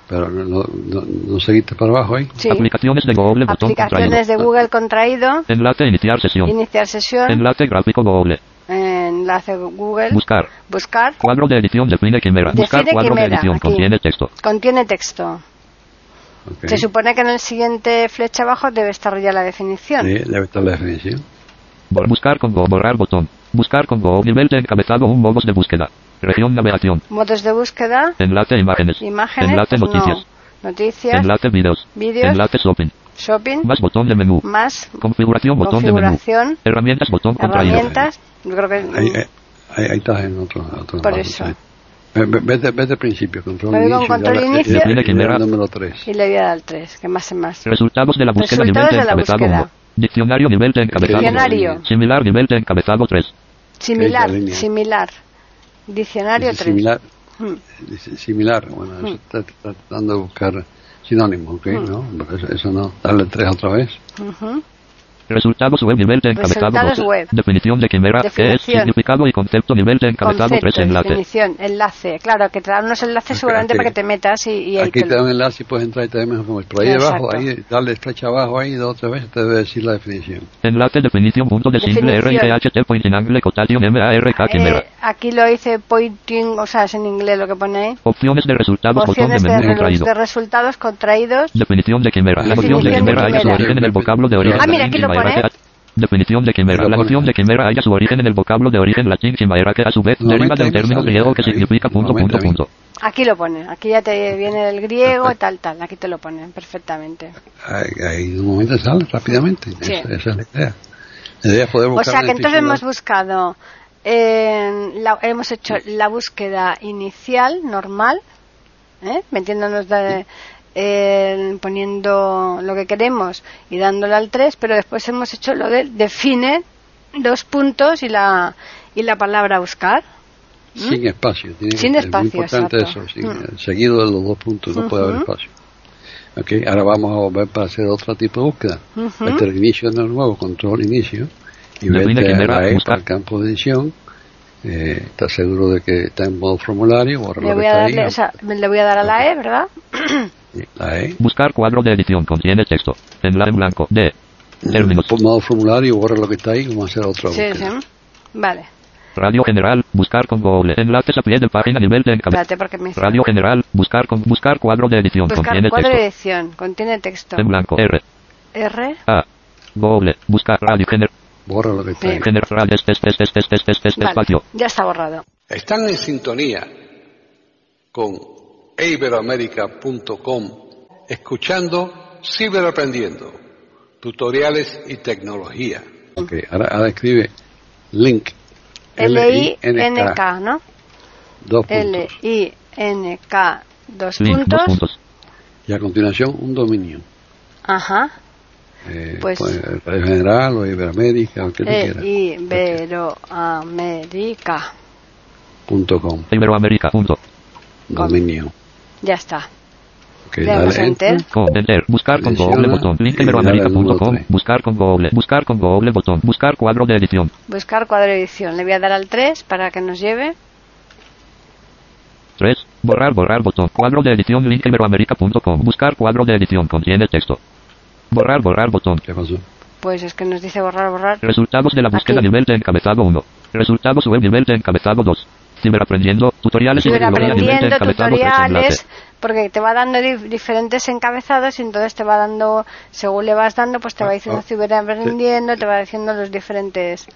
Speaker 2: Pero no, no, no- no seguiste para abajo ahí.
Speaker 1: Sí.
Speaker 3: aplicaciones de Google, botón, contraído,
Speaker 1: Aplicaciones de Google contraído.
Speaker 3: enlace iniciar sesión,
Speaker 1: Iniciar sesión.
Speaker 3: enlace gráfico Google,
Speaker 1: Enlace Google.
Speaker 3: buscar,
Speaker 1: Buscar.
Speaker 3: cuadro de edición, define quimera, buscar
Speaker 1: Define
Speaker 3: cuadro de
Speaker 1: quimera,
Speaker 3: edición,
Speaker 1: aquí.
Speaker 3: contiene texto,
Speaker 1: Contiene texto.
Speaker 2: Ok.
Speaker 1: Se supone que en el siguiente flecha abajo debe estar ya la definición.
Speaker 2: Sí, debe estar la definición.
Speaker 3: Bor- Buscar con Go, borrar botón. Buscar con Go, nivel de encabezado, un modos de búsqueda. Región navegación,
Speaker 1: Modos de búsqueda.
Speaker 3: enlace imágenes,
Speaker 1: Imágenes.
Speaker 3: enlace
Speaker 1: pues no.
Speaker 3: noticias,
Speaker 1: Noticias.
Speaker 3: enlace videos,
Speaker 1: Vídeos.
Speaker 3: enlace shopping,
Speaker 1: Shopping.
Speaker 3: más botón de menú,
Speaker 1: Más.
Speaker 3: configuración, botón de
Speaker 1: Mm. Configuración.
Speaker 3: menú, herramientas, botón contraído,
Speaker 1: Herramientas. Yo creo que.
Speaker 2: Ahí, eh. ahí, ahí- ahí estás en otro. otro
Speaker 1: Por
Speaker 2: lado,
Speaker 1: eso.
Speaker 2: sí. Ve- ve- Vete, vete al principio, control
Speaker 1: Voy con
Speaker 2: inicio. y
Speaker 1: control
Speaker 2: ahora-
Speaker 1: inicio.
Speaker 2: y ahora-
Speaker 3: Define
Speaker 2: y
Speaker 3: quimera.
Speaker 2: ahora el número 3.
Speaker 1: Y le voy a dar al 3, que más es más.
Speaker 3: resultados de la búsqueda,
Speaker 1: Resultados de
Speaker 3: nivel de
Speaker 1: la
Speaker 3: encabezado
Speaker 1: búsqueda.
Speaker 3: 1, diccionario, nivel de encabezado
Speaker 1: Diccionario.
Speaker 3: dos. similar, nivel de encabezado 3,
Speaker 1: Similar,
Speaker 2: Esa línea.
Speaker 1: similar. Diccionario
Speaker 2: Dice
Speaker 1: 3.
Speaker 2: similar,
Speaker 1: Mm.
Speaker 2: dice similar. Bueno, eso está está tratando de buscar sinónimos, ¿ok?
Speaker 1: Hmm.
Speaker 2: ¿no? Pero eso, eso no, darle tres otra vez.
Speaker 1: Mm, Ujú.
Speaker 3: Resultados web nivel de encabezado
Speaker 1: Resultados
Speaker 3: dos.
Speaker 1: web.
Speaker 3: Definición de quimera. ¿Qué es
Speaker 1: Definición.
Speaker 3: significado y concepto nivel de encabezado tres
Speaker 1: Concepto,
Speaker 3: enlace.
Speaker 1: definición, enlace. Claro, que te dan unos enlaces
Speaker 2: Aquí-
Speaker 1: seguramente
Speaker 2: aquí-
Speaker 1: para que te metas y, y ahí
Speaker 2: Aquí
Speaker 1: te
Speaker 2: te da
Speaker 1: lo...
Speaker 2: un enlace y puedes entrar y te da más información. Pero ahí
Speaker 1: Exacto.
Speaker 2: abajo, ahí, darle flecha abajo ahí dos o tres veces te debe decir la definición.
Speaker 3: Enlace definición punto de single R y
Speaker 1: Definición.
Speaker 3: DHT point in angle cotation MARK quimera.
Speaker 1: Eh, aquí lo dice pointing, o sea, es en inglés lo que pone ahí.
Speaker 3: Opciones de resultados botón de
Speaker 1: Opciones de,
Speaker 3: menú
Speaker 1: relu-
Speaker 3: contraído.
Speaker 1: de resultados contraídos.
Speaker 3: Definición de quimera. La
Speaker 2: Definición
Speaker 3: noción de
Speaker 1: de
Speaker 3: quimera haya su
Speaker 1: quimera.
Speaker 3: origen en el vocablo de
Speaker 2: Ah,
Speaker 3: origen
Speaker 1: mira,
Speaker 3: latín
Speaker 1: aquí lo pone.
Speaker 3: quimaera que- Definición de quimera.
Speaker 2: Lo
Speaker 3: La
Speaker 2: pone.
Speaker 3: noción de quimera haya su origen en el vocablo de origen latín quimaera que a su vez
Speaker 2: No,
Speaker 3: deriva
Speaker 2: mete
Speaker 3: del
Speaker 2: ahí,
Speaker 3: término
Speaker 2: sale,
Speaker 3: griego que
Speaker 2: ahí.
Speaker 3: significa punto,
Speaker 2: No, mete
Speaker 3: punto,
Speaker 2: ahí.
Speaker 3: punto.
Speaker 1: Aquí lo pone. Aquí ya te viene del griego,
Speaker 2: Perfecto.
Speaker 1: tal, tal. Aquí te lo ponen perfectamente.
Speaker 2: Ahí, ahí de un momento sale rápidamente.
Speaker 1: Sí.
Speaker 2: Esa, esa es la idea. La idea es poder
Speaker 1: O
Speaker 2: buscar
Speaker 1: sea
Speaker 2: la
Speaker 1: que entonces
Speaker 2: definición.
Speaker 1: hemos buscado, eh, la- hemos hecho la búsqueda inicial, normal, ¿eh? metiéndonos de- eh, poniendo lo que queremos y dándole al 3, pero después hemos hecho lo de define dos puntos y la, y la palabra buscar.
Speaker 2: Sin espacio. tiene
Speaker 1: ¿Mm? Sin
Speaker 2: que ser
Speaker 1: espacio,
Speaker 2: Muy importante
Speaker 1: exacto.
Speaker 2: eso. sin-
Speaker 1: Mm.
Speaker 2: Seguido de los dos puntos, no puede haber
Speaker 1: Ujú.
Speaker 2: espacio. Ok, ahora vamos a volver para hacer otro tipo de búsqueda.
Speaker 1: Ujú.
Speaker 2: Vete al inicio de nuevo, control inicio. Y
Speaker 3: Define
Speaker 2: vete a
Speaker 3: quimera,
Speaker 2: la E
Speaker 3: buscar.
Speaker 2: para el campo de edición. Eh, ¿Estás seguro de que está en modo formulario? Borra
Speaker 1: Le
Speaker 2: lo
Speaker 1: voy,
Speaker 2: que
Speaker 1: a
Speaker 2: está
Speaker 1: darle,
Speaker 2: ahí.
Speaker 1: o sea, me- le voy a dar a la E, ¿verdad?
Speaker 2: La E.
Speaker 3: Buscar cuadro de edición contiene texto. Enlace en blanco. D. Términos.
Speaker 2: Por modo formulario, borra lo que está ahí. Vamos a hacer otra
Speaker 1: Sí,
Speaker 2: búsqueda.
Speaker 1: sí. Vale,
Speaker 3: Radio general. Buscar con Google. Enlaces a pie de página nivel de encabezado.
Speaker 1: espérate porque me dice.
Speaker 3: Radio general. Buscar con buscar cuadro de edición
Speaker 1: Buscar
Speaker 3: contiene
Speaker 1: cuadro de
Speaker 3: texto.
Speaker 1: edición, contiene texto.
Speaker 3: En blanco. R.
Speaker 1: R,
Speaker 3: A. Google. Buscar radio general.
Speaker 2: Borra lo que está ahí.
Speaker 1: Sí.
Speaker 3: General. Este, este, este, este, este, este, este,
Speaker 1: vale,
Speaker 3: espacio.
Speaker 1: ya está borrado.
Speaker 4: Están en sintonía con iberoamerica.com escuchando Ciberaprendiendo, tutoriales y tecnología.
Speaker 2: Ok, ahora, ahora escribe link.
Speaker 1: L-I-N-K, ¿no?
Speaker 2: Dos puntos.
Speaker 1: L-I-N-K, dos
Speaker 3: Link. Dos
Speaker 1: puntos.
Speaker 3: puntos.
Speaker 2: Y a continuación, un dominio.
Speaker 1: Ajá.
Speaker 2: Eh,
Speaker 1: Pues- Eh,
Speaker 2: pues, Radio General o Iberoamérica, o el que tú quieras.
Speaker 1: E-I-B-E-R-O-A-M-E-R-I-C-A.
Speaker 2: Punto com,
Speaker 3: Iberoamérica. Punto.
Speaker 2: dominio.
Speaker 1: Ya está.
Speaker 2: Ok,
Speaker 1: Le damos a enter.
Speaker 3: Com. Enter. Buscar con
Speaker 2: Selecciona
Speaker 3: Google. Botón. Link.
Speaker 2: y le da al
Speaker 3: Iberoamérica.com.
Speaker 2: número
Speaker 3: Buscar con Google. Buscar con Google. Botón. Buscar cuadro de edición.
Speaker 1: Buscar cuadro de edición. Le voy a dar al 3 para que nos lleve.
Speaker 3: 3. Borrar, borrar botón. Cuadro de edición link iberoamerica.com. Buscar cuadro de edición contiene texto. Borrar, borrar botón.
Speaker 2: ¿Qué pasó?
Speaker 1: Pues es que nos dice borrar, borrar.
Speaker 3: Resultados de la búsqueda
Speaker 1: Aquí.
Speaker 3: nivel de encabezado 1. Resultados web nivel de encabezado 2. Ciberaprendiendo, tutoriales y
Speaker 1: Estuve
Speaker 3: tecnología nivel de
Speaker 1: aprendiendo
Speaker 3: encabezado 3 enlace.
Speaker 1: tutoriales porque te va dando dif- diferentes encabezados y entonces te va dando, según le vas dando, pues te va diciendo
Speaker 2: ah.
Speaker 1: estuve aprendiendo, te va diciendo los diferentes
Speaker 2: Te,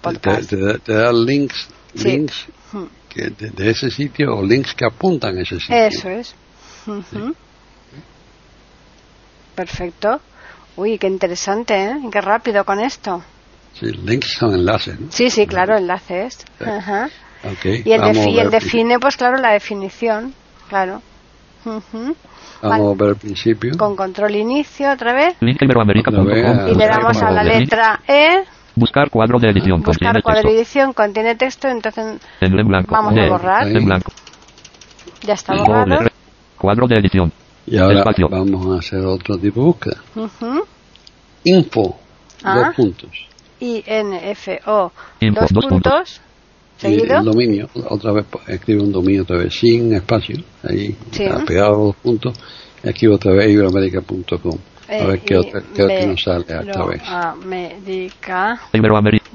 Speaker 1: podcasts.
Speaker 2: te da- te da links,
Speaker 1: Sí.
Speaker 2: links
Speaker 1: Hmm.
Speaker 2: que de, de ese sitio o links que apuntan a ese sitio.
Speaker 1: Eso es. Ujú. Perfecto. Uy, qué interesante, ¿eh? Qué rápido con esto.
Speaker 2: Sí, links son enlaces, ¿no?
Speaker 1: Sí, sí, claro, enlaces.
Speaker 2: Sí.
Speaker 1: Ajá.
Speaker 2: Ok,
Speaker 1: Y el,
Speaker 2: vamos a
Speaker 1: defi- y el
Speaker 2: ver-
Speaker 1: define, pues claro, la definición, claro. Ujú.
Speaker 2: Vamos
Speaker 1: Vale.
Speaker 2: a ver el principio.
Speaker 1: Con control inicio otra vez.
Speaker 3: Link iberoamerica.com.
Speaker 2: Cuando vea-
Speaker 1: Y le damos a la
Speaker 3: Link.
Speaker 1: letra E,
Speaker 3: Buscar cuadro de edición
Speaker 1: buscar
Speaker 3: contiene
Speaker 1: cuadro de
Speaker 3: texto.
Speaker 1: edición, contiene texto, entonces
Speaker 3: En en blanco.
Speaker 1: Vamos a
Speaker 3: D.
Speaker 1: borrar.
Speaker 3: En blanco.
Speaker 1: ya está
Speaker 3: Doble.
Speaker 1: borrado.
Speaker 3: re- Cuadro de edición.
Speaker 2: Y ahora
Speaker 3: Espacio.
Speaker 2: vamos a hacer otro tipo de búsqueda.
Speaker 1: Ujú.
Speaker 2: Info,
Speaker 1: Ah.
Speaker 2: dos puntos.
Speaker 1: I-N-F-O,
Speaker 3: Info,
Speaker 1: dos
Speaker 3: dos puntos.
Speaker 1: puntos,
Speaker 2: Y el
Speaker 1: seguido.
Speaker 2: dominio, otra vez po- escribe un dominio otra vez, sin espacio, ahí,
Speaker 1: Sí.
Speaker 2: está pegado los dos puntos, y aquí otra vez iberoamerica.com.
Speaker 1: Eh,
Speaker 2: A ver qué otra, qué otra nos sale esta vez.
Speaker 1: America.com
Speaker 3: Iberoamerica.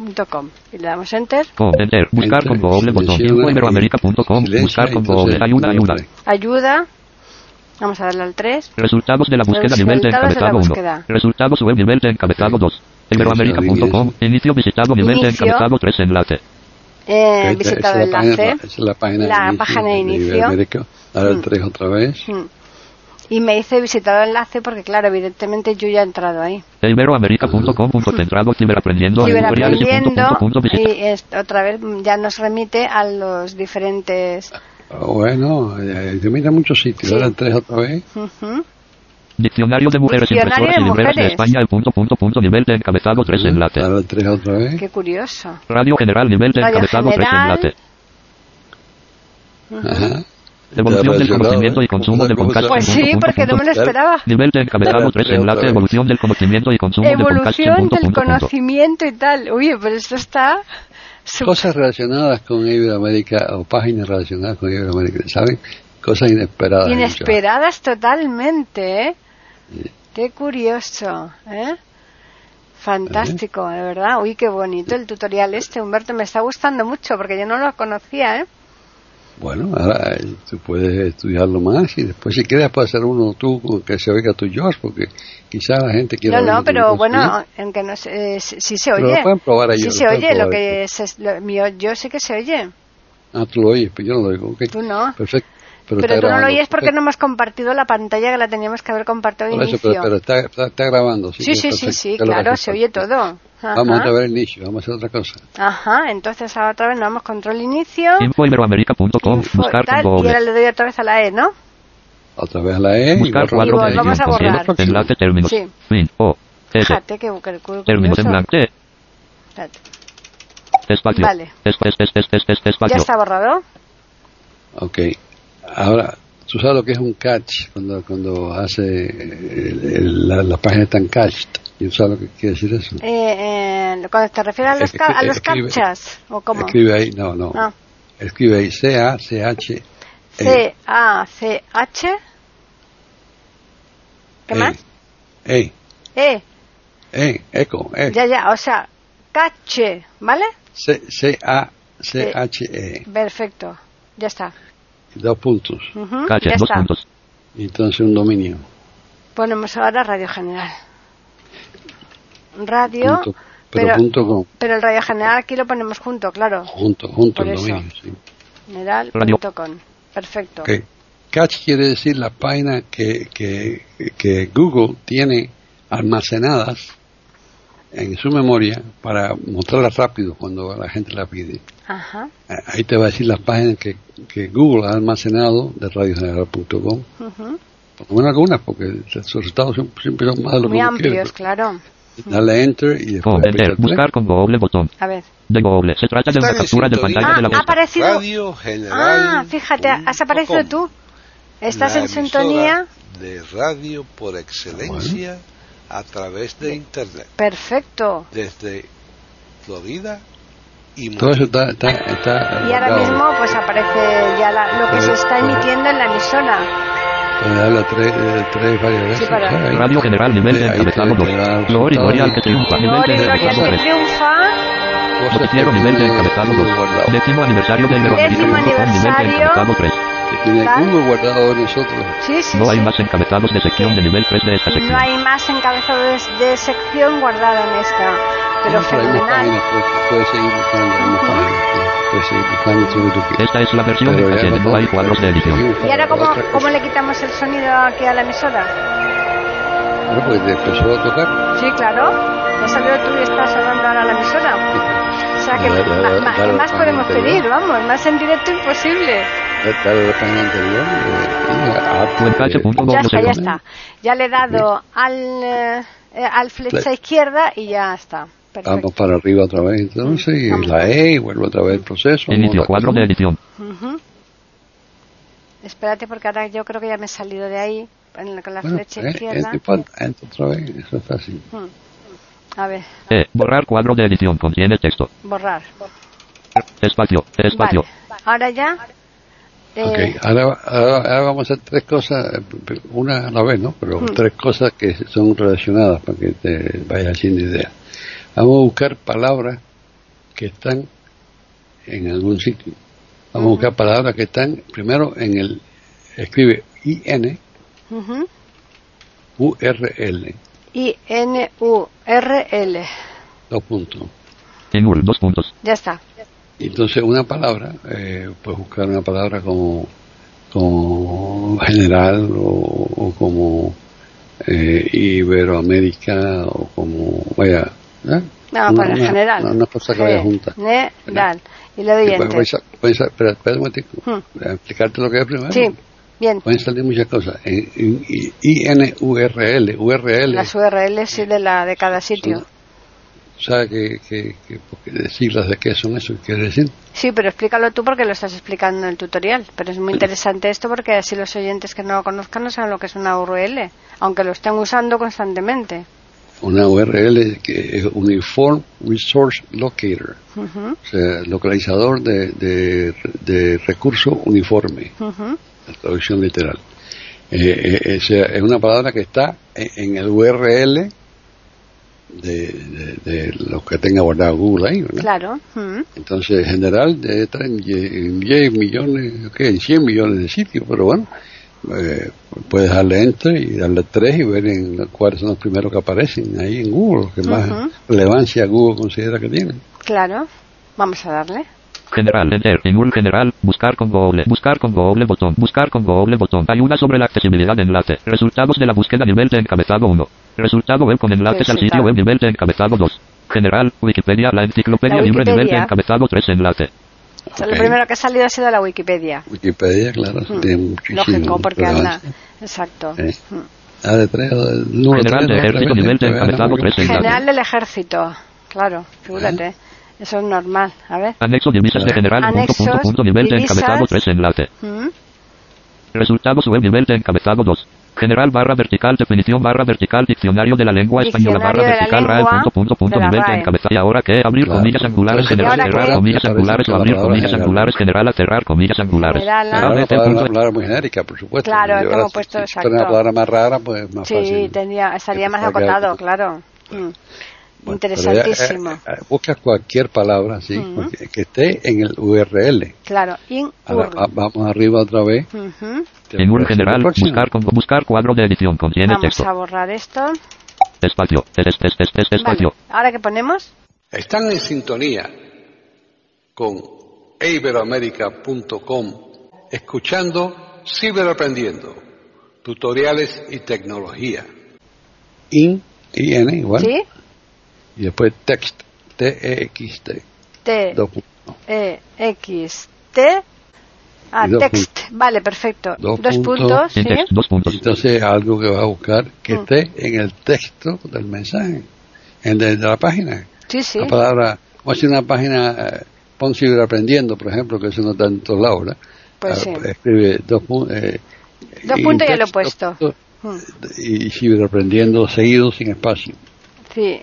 Speaker 1: y le damos enter.
Speaker 3: Enter. Buscar con
Speaker 2: Entra,
Speaker 3: Google. Botón.
Speaker 2: selecciona
Speaker 3: Info
Speaker 2: y-
Speaker 3: iberoamerica.com.
Speaker 2: silencia,
Speaker 3: Buscar con
Speaker 2: entonces,
Speaker 3: Google. Ayuda, ayuda.
Speaker 1: Ayuda. Vamos a darle al 3.
Speaker 3: Resultados de la búsqueda nivel
Speaker 1: Resultados de
Speaker 3: de
Speaker 1: la
Speaker 3: encabezado 1.
Speaker 1: búsqueda.
Speaker 3: Resultados web nivel de encabezado 2. Iberoamerica.com. Inicio visitado nivel de
Speaker 1: Inicio.
Speaker 3: encabezado 3 enlace.
Speaker 1: Eh,
Speaker 2: Esta-
Speaker 1: visitado
Speaker 2: esa es la
Speaker 1: enlace.
Speaker 2: página- esa es la página
Speaker 1: La
Speaker 2: de inicio,
Speaker 1: página de inicio.
Speaker 2: Iberoamerica. Ahora el
Speaker 1: Mm.
Speaker 2: 3 otra vez.
Speaker 1: Mm. Y me dice visitado enlace porque, claro, evidentemente yo ya he entrado ahí.
Speaker 3: Iberoamerica.com. Punto centrado. Ciberaprendiendo. tutoriales y punto, punto,
Speaker 1: Ciberaprendiendo
Speaker 3: punto, visita.
Speaker 1: y es- otra vez mm, ya nos remite a los diferentes.
Speaker 2: Ah, Bueno, eh, te mira muchos sitios.
Speaker 1: Sí.
Speaker 2: Ahora el 3 otra vez.
Speaker 1: Ujú.
Speaker 3: Diccionario de mujeres
Speaker 1: Diccionario
Speaker 3: impresoras y
Speaker 1: de
Speaker 3: libreras de
Speaker 1: mujeres.
Speaker 3: España. El punto, punto, punto. Nivel de encabezado 3 enlace.
Speaker 2: Ahora el 3 otra vez.
Speaker 1: Qué curioso.
Speaker 3: Radio general. Nivel de
Speaker 1: Radio
Speaker 3: encabezado 3
Speaker 1: General.
Speaker 3: enlace.
Speaker 2: Ajá.
Speaker 3: Evolución del
Speaker 2: apasionado,
Speaker 3: conocimiento y
Speaker 2: ¿eh?
Speaker 3: consumo del
Speaker 2: ¿Cómo
Speaker 3: podcast.
Speaker 2: sabe?
Speaker 1: Pues
Speaker 3: en punto,
Speaker 1: sí,
Speaker 3: punto,
Speaker 1: porque no
Speaker 3: punto.
Speaker 1: me lo esperaba.
Speaker 3: Nivel de encabezado
Speaker 2: Claro.
Speaker 3: 3, enlace,
Speaker 2: Otra vez.
Speaker 3: evolución del conocimiento y consumo del podcast. en
Speaker 1: Evolución
Speaker 3: punto,
Speaker 1: del
Speaker 3: punto, punto.
Speaker 1: conocimiento y tal. Oye, pero esto está... su-
Speaker 2: Cosas relacionadas con Iberoamérica o páginas relacionadas con Iberoamérica, ¿saben? Cosas inesperadas. hay muchas.
Speaker 1: Inesperadas totalmente, ¿eh? Qué curioso, ¿eh? Fantástico, de verdad. Uy, qué bonito el tutorial este, Humberto. Me está gustando mucho porque yo no lo conocía, ¿eh?
Speaker 2: Bueno, ahora eh, tú puedes estudiarlo más y después si quieres puedes hacer uno tú con que se oiga tu George, porque quizás la gente
Speaker 1: No,
Speaker 2: quiera... oír
Speaker 1: no,
Speaker 2: lo que
Speaker 1: pero
Speaker 2: tú
Speaker 1: bueno,
Speaker 2: escribes.
Speaker 1: en que no sé, eh, si, si se
Speaker 2: Pero lo
Speaker 1: oye.
Speaker 2: pueden probar ellos,
Speaker 1: Sí
Speaker 2: lo
Speaker 1: se
Speaker 2: pueden
Speaker 1: oye, lo
Speaker 2: probar
Speaker 1: que se- lo- mío, yo sé que se oye.
Speaker 2: Ah, tú lo oyes, pero yo no lo oigo. ok.
Speaker 1: Tú no.
Speaker 2: Perfecto.
Speaker 1: Pero,
Speaker 2: está
Speaker 1: tú no lo
Speaker 2: grabando.
Speaker 1: oyes porque no hemos compartido la pantalla que la teníamos que haber compartido de
Speaker 2: Por eso,
Speaker 1: inicio.
Speaker 2: pero, pero está, está, está grabando.
Speaker 1: sí, sí, sí,
Speaker 2: entonces,
Speaker 1: sí,
Speaker 2: ya lo
Speaker 1: claro,
Speaker 2: haces.
Speaker 1: se oye todo. Ajá.
Speaker 2: Vamos a ver el nicho, vamos a hacer otra cosa.
Speaker 1: Ajá, entonces ahora otra vez nos vamos control inicio.
Speaker 3: Infoiberoamerica.com.
Speaker 1: info,
Speaker 3: Em, Buscar
Speaker 1: tal,
Speaker 3: con
Speaker 1: y ahora
Speaker 3: doble.
Speaker 1: le doy otra vez a la E, ¿no?
Speaker 2: Otra vez la E. y
Speaker 3: Buscar
Speaker 2: borra-
Speaker 3: cuadro
Speaker 1: ¿Eh? Y
Speaker 3: de
Speaker 1: vamos a
Speaker 3: edición.
Speaker 1: borrar.
Speaker 3: Cero, Enlace términos.
Speaker 1: Sí.
Speaker 3: Fin. O. S.
Speaker 1: Fíjate que que curioso.
Speaker 3: Términos en blanco. T.
Speaker 1: Espérate.
Speaker 3: Espacio.
Speaker 1: Vale.
Speaker 3: Es, es, es, es, es, es-
Speaker 1: Ya
Speaker 3: espacio.
Speaker 1: está borrado.
Speaker 2: Ok. Ahora, tú sabes lo que es un catch cuando, cuando hace el- el- la, la página tan catch. ¿Y tú sabes lo que quiere decir eso?
Speaker 1: Eh, eh, cuando te refieres a los, ca- a los
Speaker 2: Escribe-
Speaker 1: captchas, ¿o cómo?
Speaker 2: Escribe ahí, no, no.
Speaker 1: Ah.
Speaker 2: Escribe ahí C-A-C-H. E.
Speaker 1: C-A-C-H.
Speaker 2: Eh.
Speaker 1: ¿Qué más?
Speaker 2: E.
Speaker 1: E.
Speaker 2: E. Eco. E.
Speaker 1: Ya, ya, o sea, cache, ¿vale?
Speaker 2: C- C-A-C-H-E.
Speaker 1: Perfecto, ya está.
Speaker 2: E. Dos puntos.
Speaker 1: Ujú,
Speaker 3: Cache.
Speaker 1: ya
Speaker 3: Dos
Speaker 1: está.
Speaker 3: puntos.
Speaker 2: Y entonces un dominio.
Speaker 1: Ponemos ahora Radio General. Radio,
Speaker 2: Punto. Pero,
Speaker 1: pero,
Speaker 2: punto con.
Speaker 1: pero el Radio General aquí lo ponemos junto, claro.
Speaker 2: Junto, junto
Speaker 1: Por
Speaker 2: el
Speaker 1: eso.
Speaker 2: dominio. sí.
Speaker 1: General.com. Perfecto.
Speaker 2: Ok. Cache quiere decir la página que, que, que Google tiene almacenadas en su memoria para mostrarlas rápido cuando la gente la pide.
Speaker 1: Ajá.
Speaker 2: Ah, Ahí te va a decir las páginas que, que Google ha almacenado de radiogeneral.com.
Speaker 1: ujú.
Speaker 2: Por lo menos algunas, porque sus resultados son- siempre son más de lo
Speaker 1: Muy
Speaker 2: que uno
Speaker 1: amplios,
Speaker 2: quiere.
Speaker 1: claro.
Speaker 2: pero Dale enter y después
Speaker 3: Con.
Speaker 2: aprieta
Speaker 3: Oh, Enter.
Speaker 2: el play.
Speaker 3: Buscar con doble botón.
Speaker 1: A ver.
Speaker 3: De doble. Se trata de una
Speaker 4: Está en
Speaker 3: captura de
Speaker 4: sintonía.
Speaker 3: pantalla de la
Speaker 1: Ah,
Speaker 3: voz.
Speaker 1: ha aparecido.
Speaker 4: Radio General.
Speaker 1: Ah, fíjate, has aparecido
Speaker 4: punto com.
Speaker 1: tú. Estás
Speaker 4: La
Speaker 1: en
Speaker 4: emisora
Speaker 1: sintonía.
Speaker 4: De radio por excelencia a través de internet.
Speaker 1: Perfecto.
Speaker 4: Desde Florida y
Speaker 2: Todo eso
Speaker 4: Miami.
Speaker 2: está... está, está
Speaker 1: Y ahora
Speaker 2: guardado.
Speaker 1: mismo pues aparece ya la- lo que se está emitiendo en la emisora.
Speaker 2: Puedes darle a tres, eh, tres varias veces.
Speaker 1: para-
Speaker 2: ¿sabes?
Speaker 3: Radio General, nivel de
Speaker 2: Ahí te-
Speaker 3: encabezado
Speaker 2: te da
Speaker 3: 2.
Speaker 2: los
Speaker 3: Gloria y gloria al
Speaker 2: resultados.
Speaker 3: que triunfa. Nivel
Speaker 1: Gloria y
Speaker 3: de
Speaker 1: gloria
Speaker 3: encabezado
Speaker 1: al que
Speaker 3: 3.
Speaker 1: triunfa.
Speaker 2: Cosas
Speaker 3: Noticiero
Speaker 2: que
Speaker 3: nivel de
Speaker 2: tiene
Speaker 3: encabezado
Speaker 2: Google
Speaker 3: 2.
Speaker 2: guardado.
Speaker 3: Décimo aniversario de
Speaker 1: Décimo
Speaker 3: Iberoamérica.com. Nivel de
Speaker 1: aniversario.
Speaker 3: encabezado 3.
Speaker 2: Que tiene
Speaker 1: ¿Tal?
Speaker 2: Google guardado de nosotros.
Speaker 1: Sí, sí,
Speaker 3: No hay
Speaker 1: sí.
Speaker 3: más encabezados de sección de nivel 3 de esta sección.
Speaker 1: No hay más encabezados de sección guardada en esta. Pero
Speaker 2: Por ahí en las
Speaker 1: fenomenal.
Speaker 2: páginas, pues, puedes seguir buscando en las páginas, ¿sí? Puedes seguir buscando todo lo que quieras.
Speaker 3: Esta es la versión
Speaker 2: Pero
Speaker 3: de
Speaker 2: ya
Speaker 3: caché, no hay cuadros de edición.
Speaker 1: ¿Y ahora cómo,
Speaker 2: Otra cosa.
Speaker 1: cómo le quitamos el sonido aquí a la emisora?
Speaker 2: Bueno, pues te empezó a tocar.
Speaker 1: Sí, claro. Ya salió tú y estás hablando ahora a la emisora. O sea que
Speaker 2: Dale, dale,
Speaker 1: ma- ma- ¿qué
Speaker 2: dale,
Speaker 1: más
Speaker 2: dale,
Speaker 1: podemos
Speaker 2: dale.
Speaker 1: pedir, vamos, más en directo imposible.
Speaker 2: Dale la página anterior. eh, y a-
Speaker 3: Fuencache.com.
Speaker 1: Ya
Speaker 3: no
Speaker 1: está,
Speaker 3: sé
Speaker 1: ya
Speaker 3: cómo.
Speaker 1: está. Ya le he dado al, eh, eh, al flecha
Speaker 2: Flecha.
Speaker 1: izquierda y ya está. Perfecto.
Speaker 2: Vamos para arriba otra vez entonces y
Speaker 1: Vamos.
Speaker 2: la E y vuelvo otra vez el proceso.
Speaker 3: Inicio
Speaker 2: vamos otra
Speaker 3: cuadro de
Speaker 2: cosa.
Speaker 3: edición.
Speaker 1: Ujú. Espérate porque ahora yo creo que ya me he salido de ahí en la- con la
Speaker 2: Bueno,
Speaker 1: flecha
Speaker 2: eh,
Speaker 1: izquierda.
Speaker 2: entra y pon- entra otra vez, eso es fácil.
Speaker 1: Mm. A ver,
Speaker 3: E. Borrar cuadro de edición. Contiene texto.
Speaker 1: borrar.
Speaker 3: Espacio. Espacio.
Speaker 1: Vale. Ahora ya. eh,
Speaker 2: Ok, ahora, ahora- ahora vamos a hacer tres cosas, eh, p- una a la vez, ¿no? Pero
Speaker 1: Mm.
Speaker 2: tres cosas que son relacionadas para que te vayas haciendo idea. Vamos a buscar palabras que están en algún sitio. Vamos a buscar palabras que están primero en el, escribe IN,
Speaker 1: ujú.
Speaker 2: URL,
Speaker 1: I-N-U-R-L.
Speaker 2: dos puntos.
Speaker 3: En URL. Dos puntos.
Speaker 1: Ya está.
Speaker 2: Entonces, una palabra, eh, puedes buscar una palabra como, como general o, o como eh, Iberoamérica o como, vaya, ¿eh?
Speaker 1: Vamos a poner general. Eh,
Speaker 2: Una, una cosa que vaya junta.
Speaker 1: General. Y le doy
Speaker 2: Y
Speaker 1: enter.
Speaker 2: puede- puede sa- puede sa- espera, espera un momentico,
Speaker 1: Hmm.
Speaker 2: voy a explicarte lo que es primero.
Speaker 1: Sí, bien.
Speaker 2: Pueden salir muchas cosas. En- en- I- INURL, URL
Speaker 1: Las URLs sí de, la, de cada sitio.
Speaker 2: son, ¿Sabe qué, qué, qué, qué siglas de qué son eso? ¿Qué decir?
Speaker 1: Sí, pero explícalo tú porque lo estás explicando en el tutorial. Pero es muy interesante esto porque así los oyentes que no lo conozcan no saben lo que es una URL, aunque lo están usando constantemente.
Speaker 2: Una URL que es Uniform Resource Locator, uh -huh. o sea, localizador de, de, de recurso uniforme, uh -huh. la traducción literal. Eh, eh, es, es una palabra que está en, en el URL de, de, de, lo que tenga guardado Google ahí, ¿verdad?
Speaker 1: Claro. Mm.
Speaker 2: Entonces, en general, está en, 10 millones, ¿qué? En 100 millones de sitios, pero bueno, eh, puedes darle enter y darle 3 y ver en cuáles son los primeros que aparecen ahí en Google, los que uh -huh. más relevancia Google considera que tienen.
Speaker 1: Claro, vamos a darle.
Speaker 3: General, enter, en un general, buscar con Google, buscar con Google botón, buscar con Google botón. Ayuda sobre la accesibilidad de enlace. Resultados de la búsqueda nivel de encabezado 1. Resultado web con enlaces al sitio web nivel de encabezado 2. General, Wikipedia, la enciclopedia
Speaker 1: La
Speaker 3: libre nivel de
Speaker 1: Wikipedia.
Speaker 3: encabezado 3 enlace.
Speaker 1: O sea, Lo primero que ha salido ha sido la Wikipedia.
Speaker 2: Wikipedia, claro,
Speaker 1: Mm.
Speaker 2: tiene muchísimo.
Speaker 1: Lógico, porque
Speaker 2: relevancia.
Speaker 1: anda. Exacto. Hmm.
Speaker 2: Eh, ah, de tres, eh, número
Speaker 3: General
Speaker 2: tres,
Speaker 3: de
Speaker 2: no,
Speaker 3: ejército, nivel
Speaker 2: realmente,
Speaker 3: de encabezado
Speaker 2: veamos.
Speaker 3: tres, enlace.
Speaker 1: General del Ejército. Claro,
Speaker 2: Eh.
Speaker 1: figúrate. Eso es normal. A ver.
Speaker 3: Anexo divisas de general, punto, punto,
Speaker 1: Anexos,
Speaker 3: punto, nivel de
Speaker 1: divisas.
Speaker 3: encabezado 3 enlace.
Speaker 1: Mm.
Speaker 3: Resultados web nivel de encabezado 2. General barra vertical definición barra vertical diccionario de la lengua española
Speaker 1: Diccionario
Speaker 3: barra
Speaker 1: de la
Speaker 3: vertical RAE
Speaker 1: lengua
Speaker 3: punto punto punto
Speaker 1: de la
Speaker 3: nivel de
Speaker 1: RAE.
Speaker 3: encabezado y ahora que abrir
Speaker 2: Claro.
Speaker 3: comillas angulares
Speaker 2: Entonces,
Speaker 3: general
Speaker 1: ¿y ahora
Speaker 3: cerrar
Speaker 1: qué?
Speaker 3: comillas
Speaker 2: Aparece
Speaker 3: angulares o
Speaker 2: la
Speaker 3: abrir
Speaker 2: palabra
Speaker 3: comillas
Speaker 2: general.
Speaker 3: angulares general a cerrar comillas angulares.
Speaker 1: General, ah.
Speaker 2: Claro,
Speaker 3: Cerrar
Speaker 2: una
Speaker 3: el
Speaker 2: palabra,
Speaker 3: punto-
Speaker 2: una palabra muy genérica, por supuesto.
Speaker 1: Claro,
Speaker 2: Yo
Speaker 1: que
Speaker 2: ahora,
Speaker 1: hemos puesto,
Speaker 2: si, si fuera una
Speaker 1: exacto.
Speaker 2: palabra más rara, pues es más
Speaker 1: Sí,
Speaker 2: fácil.
Speaker 1: tendría, estaría más
Speaker 2: Porque-
Speaker 1: acotado, claro. Mm.
Speaker 2: Bueno, pero ya,
Speaker 1: Interesantísimo.
Speaker 2: eh, eh, busca cualquier palabra, sí,
Speaker 1: Ujú.
Speaker 2: que, que esté en el URL.
Speaker 1: Claro. In
Speaker 2: Ahora,
Speaker 1: URL.
Speaker 2: va- vamos arriba otra vez.
Speaker 1: Ujú.
Speaker 3: En un
Speaker 2: Te-
Speaker 3: general,
Speaker 2: la próxima.
Speaker 3: buscar, con, buscar cuadro de edición contiene
Speaker 1: Vamos
Speaker 3: texto.
Speaker 1: a borrar esto.
Speaker 3: Espacio, es, es, es, es- es-
Speaker 1: Vale.
Speaker 3: espacio.
Speaker 1: Ahora que ponemos.
Speaker 2: Están
Speaker 4: en sintonía con iberoamerica.com escuchando Ciberaprendiendo, tutoriales y tecnología.
Speaker 2: in, IN igual,
Speaker 1: ¿Sí?
Speaker 2: y después text, E, T-E-X-T,
Speaker 1: T,
Speaker 2: dos puntos.
Speaker 1: E, X, T. Ah,
Speaker 2: Y dos
Speaker 1: text. Vale, perfecto.
Speaker 2: Dos
Speaker 1: Dos
Speaker 2: puntos.
Speaker 1: puntos,
Speaker 3: En
Speaker 1: ¿sí?
Speaker 3: texto, dos puntos.
Speaker 2: Entonces, algo que vas a buscar que
Speaker 1: Mm.
Speaker 2: esté en el texto del mensaje, en de, de la página.
Speaker 1: Sí, sí.
Speaker 2: La palabra, o si una página, eh, pon Ciberaprendiendo, por ejemplo, que eso no está en todos lados, ¿verdad?
Speaker 1: Pues
Speaker 2: Ah,
Speaker 1: sí.
Speaker 2: Escribe dos, pu- eh,
Speaker 1: Dos
Speaker 2: in
Speaker 1: puntos ya lo he
Speaker 2: text,
Speaker 1: puesto.
Speaker 2: dos puntos,
Speaker 1: Mm.
Speaker 2: y Ciberaprendiendo seguido sin espacio.
Speaker 1: Sí,